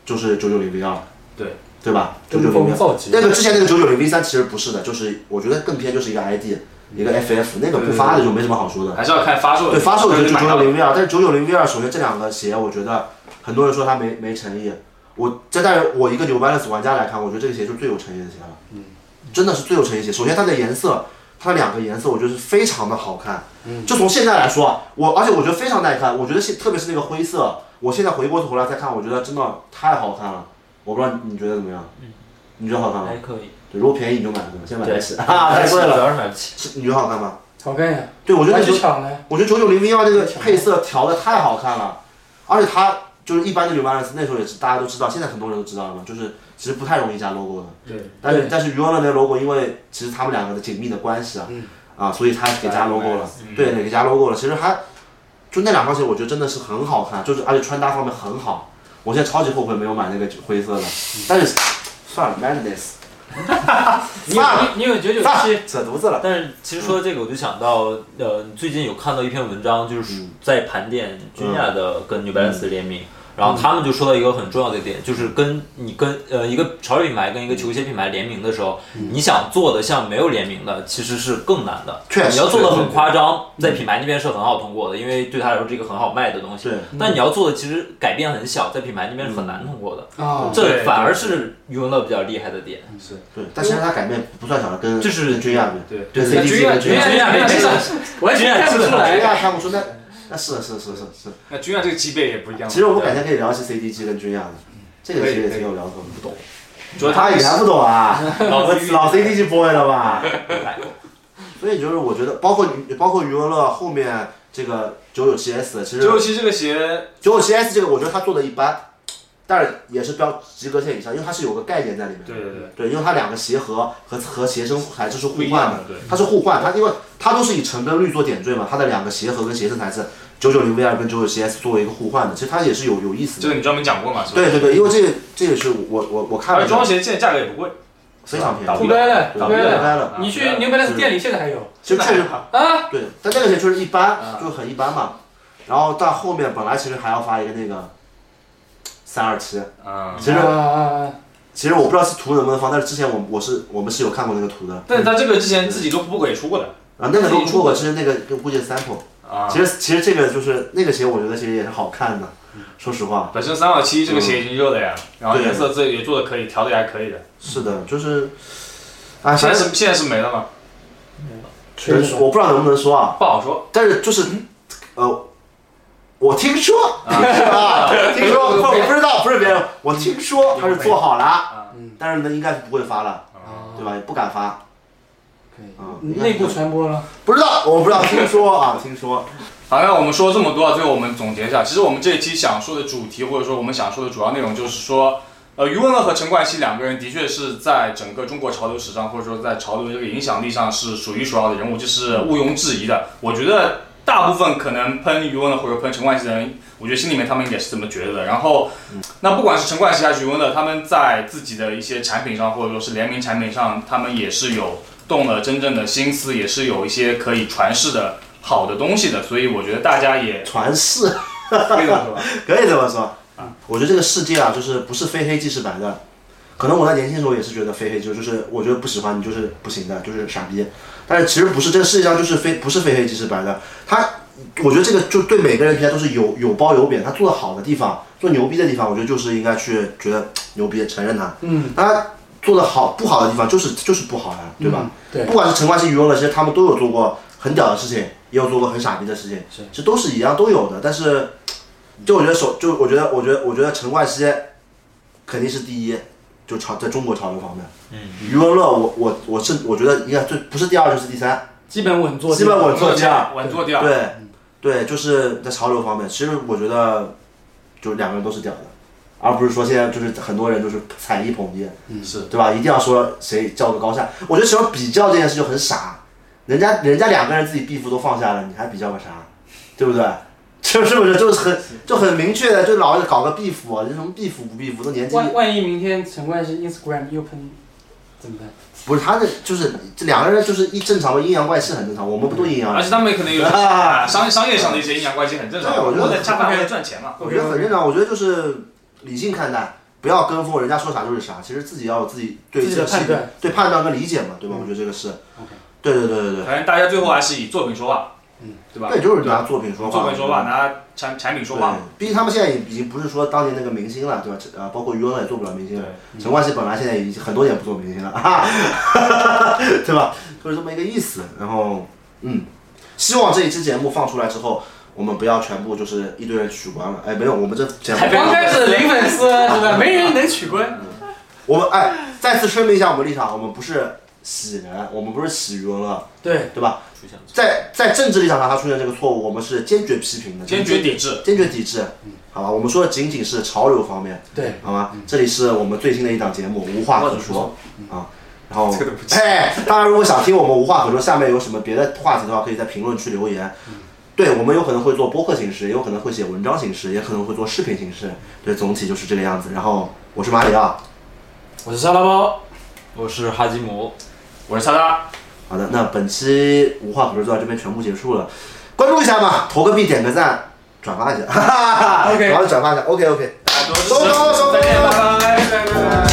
就是九九零 V 二，
对
对吧？九九
跟
零 V
风造极
那个之前那个九九零 V 三其实不是的，就是我觉得更偏就是一个 ID，一个 FF，那个不发的就没什么好说的。
还是要看发售的。
对，发售的
的
就是九
买
九
到。
零 V 二，但是九九零 V 二，首先这两个鞋，我觉得很多人说它没没诚意。我这但是我一个 New Balance 玩家来看，我觉得这个鞋就是最有诚意的鞋了。嗯，真的是最有诚意的鞋。首先它的颜色，它两个颜色我觉得是非常的好看。嗯，就从现在来说，我而且我觉得非常耐看。我觉得现特别是那个灰色，我现在回过头来再看，我觉得真的太好看了。我不知道你觉得怎么样？你觉得好看吗？
还可以。
对，如果便宜你就买了，嗯先买得起
哎对
啊，太贵
主
了。
要是买不起。
是你觉得好看吗？
好看呀，
对，我觉得
还
那
去
就
抢呢。
我觉得九九零 V 二这个配色调的太好看了，而且它就是一般的 Rebalance 那时候也是大家都知道，现在很多人都知道了嘛，就是其实不太容易加 logo 的。
对。
但是
对
但是 r e b a l a n 的 logo 因为其实他们两个的紧密的关系啊，
嗯
啊，所以它给加 logo 了，
嗯
对，给加 logo 了。其实还就那两双鞋，我觉得真的是很好看，就是而且穿搭方面很好。我现在超级后悔没有买那个灰色的，
嗯
但是算了，madness，
你有
算了
你你有九九
算
七
了，扯犊子了。
但是其实说到这个，我就想到，呃，最近有看到一篇文章，就是
嗯
在盘点君亚的跟 New Balance 的联名，然后他们就说到一个很重要的点，就是跟你跟呃一个潮流品牌跟一个球鞋品牌联名的时候，你想做的像没有联名的，其实是更难的。
确实
你要做的
对对
很
对
夸张，在品牌那边是很好通过的，因为对他来说是一个很好卖的东西
对。
但你要做的其实改变很小，在品牌那边是很难通过的。
啊，
这
对
反而是余文乐比较厉害的点。
对，但其实它改变不算小的，跟
就是
跟君亚比，
对
跟
对
CDG
君亚
跟
君
亚
亚
比，
君亚没事，完全看不出
君
来。
亚看不出那那是是是是是。
那君亚这个级别也不一样。
其实我们改天可以聊一期 CDG 跟君亚的，
嗯
这个其实也挺有聊头的。不懂，
主要
他
他
也还不 懂啊，
老
我老 CDG boy 了吧？
买过
所以就是我觉得，包括余包括余文乐后面这个九九七 S，其实
九九七这个鞋，
九九七 S 这个我觉得他做的一般，但是也是标及格线以上，因为它是有个概念在里面的。
对对对，
对，因为它两个鞋盒和和鞋身材质是
不
互
一
换
样
的
的，，对。
它是互换，它因为它都是以橙跟绿做点缀嘛，它的两个鞋盒跟鞋身材是九九零 V 二跟九九七 S 作为一个互换的，其实它也是有有意思
这
的。
个你专门讲过嘛？是吧？
对对对，因为这个这也是我我我看
而
了
且这双鞋现在价格也不贵，
非常便宜，
打
不该了，
对
不
打
打
不
该
开
了。
开了。
你去 New Balance 店里现在还有
其实确实
啊？
对，但那个鞋确实一般，
啊
就是很一般嘛。然后到后面本来其实还要发一个那个三二七，
嗯，
其实
啊啊啊
其实我不知道是图能不能放，但是之前我我是我们是有看过那个图的。
但是他这个之前自己都不给出过的
啊，那个都出过，其实那个就估计是 sample。
啊。
其实其实这个就是那个鞋，我觉得其实也是好看的，说实话。
本身三二七这个鞋已经热了呀，然后
嗯对
颜色这也做的可以，调的也还可以的。
是的，就是，啊，
现在
现在
是现在是没了吗？
确实嗯
我不知道能不能说啊，
不好说。
但是就是，呃，我听说 啊，听说不，我不知道，不是别人，我听说他是做好
啊
了，嗯但是呢，应该是不会发了，对吧？也不敢发，嗯，应该
内部传播了，
不知道，我不知道，听说啊，听说，
好，那我们说这么多啊，最后我们总结一下，其实我们这一期想说的主题，或者说我们想说的主要内容，就是说，呃，余文乐和陈冠希两个人的确是在整个中国潮流史上，或者说在潮流这个影响力上是数一数二的人物，这是毋庸置疑的。我觉得大部分可能喷余文乐或者喷陈冠希的人，我觉得心里面他们也是这么觉得的。然后，那不管是陈冠希还是余文乐，他们在自己的一些产品上，或者说是联名产品上，他们也是有动了真正的心思，也是有一些可以传世的好的东西的，所以我觉得大家也
传世
可以这么 说吧。
可以这么说。我觉得这个世界啊，就是不是非黑即是白的。可能我在年轻的时候也是觉得非黑就就是，我觉得不喜欢你就是不行的，就是傻逼。但是其实不是，这个世界上就是非不是非黑即是白的。他，我觉得这个就对每个人评价都是有有褒有贬。他做的好的地方，做牛逼的地方，我觉得就是应该去觉得牛逼，承认他。
嗯，
他做的好不好的地方，就是就是不好呀、对吧？
嗯？对
不，管是陈冠希、余文乐，其实他们都有做过很屌的事情，也有做过很傻逼的事情，
是
这都是一样都有的。但是，就我觉得首，就我觉得，我觉得，我觉得陈冠希肯定是第一，就潮在中国潮流方面。嗯，余文乐，我我我是我觉得应该最不是第二就是第三，
基本稳坐，
基本稳坐第二。
稳坐第二。
对，对，就是在潮流方面，其实我觉得，就两个人都是屌的，而不是说现在就是很多人就是踩一捧一。
是
对吧？一定要说谁较个高下。我觉得只要比较这件事就很傻，人家人家两个人自己 beef 都放下了，你还比较个啥？对不对？是是不是就是很就很明确的，就老搞个 beef，这啊什么 beef 不 beef 都年纪
万万一明天陈冠希 Instagram 又喷，怎么办？
不是他的，就是这两个人就是一正常嘛，阴阳怪气很正常，我们不都阴阳
而
人？
且他们可 能有
啊
商商业上的一些影响关系很正常，
对我觉得
在恰饭为了赚钱嘛。
我觉得很正常，我觉得就是理性看待，不要跟风，人家说啥就是啥。其实自己要有自己对
自己
这
的
个事
判断
情对判断跟理解嘛，对吧？我觉得这个是，对对对对对，
反正大家最后还是以作品说话，嗯，对吧？
对就是拿作品说话，
作品说话，拿产产品说话
对。，毕竟他们现在已经不是说当年那个明星了，对吧？这呃，包括余文乐也做不了明星了，陈冠希本来现在已经很多年不做明星了，哈哈， 对吧？就是这么一个意思。然后，嗯，希望这一期节目放出来之后，我们不要全部就是一堆人取关了。哎，没有，我们这节目
刚开始零粉丝是吧？没人能取关，
我们哎，再次声明一下我们立场，我们不是喜人，我们不是喜余文乐，
对，
对吧？
出现了。
在在政治立场上，他出现这个错误，我们是坚决批评的，
坚决抵制。
坚决抵制，好吧？我们说的仅仅是潮流方面，
对，
好吗？这里是我们最新的一档节目，无话可说啊。然后
嗯这个不，记
哎，大家如果想听我们无话可说，下面有什么别的话题的话，可以在评论区留言。
嗯
对，我们有可能会做播客形式，也有可能会写文章形式，也可能会做视频形式。对，总体就是这个样子。然后我是马里奥，
我是沙拉包，
我是哈基姆，
我是叉叉，
好的，那本期无话可说就到这边全部结束了，关注一下吧，投个币，点个赞，转发一下，哈哈哈
OK
然后转发一下，OK OK，
好多支
收工收
持，
工
再见，拜拜，拜拜。
拜拜。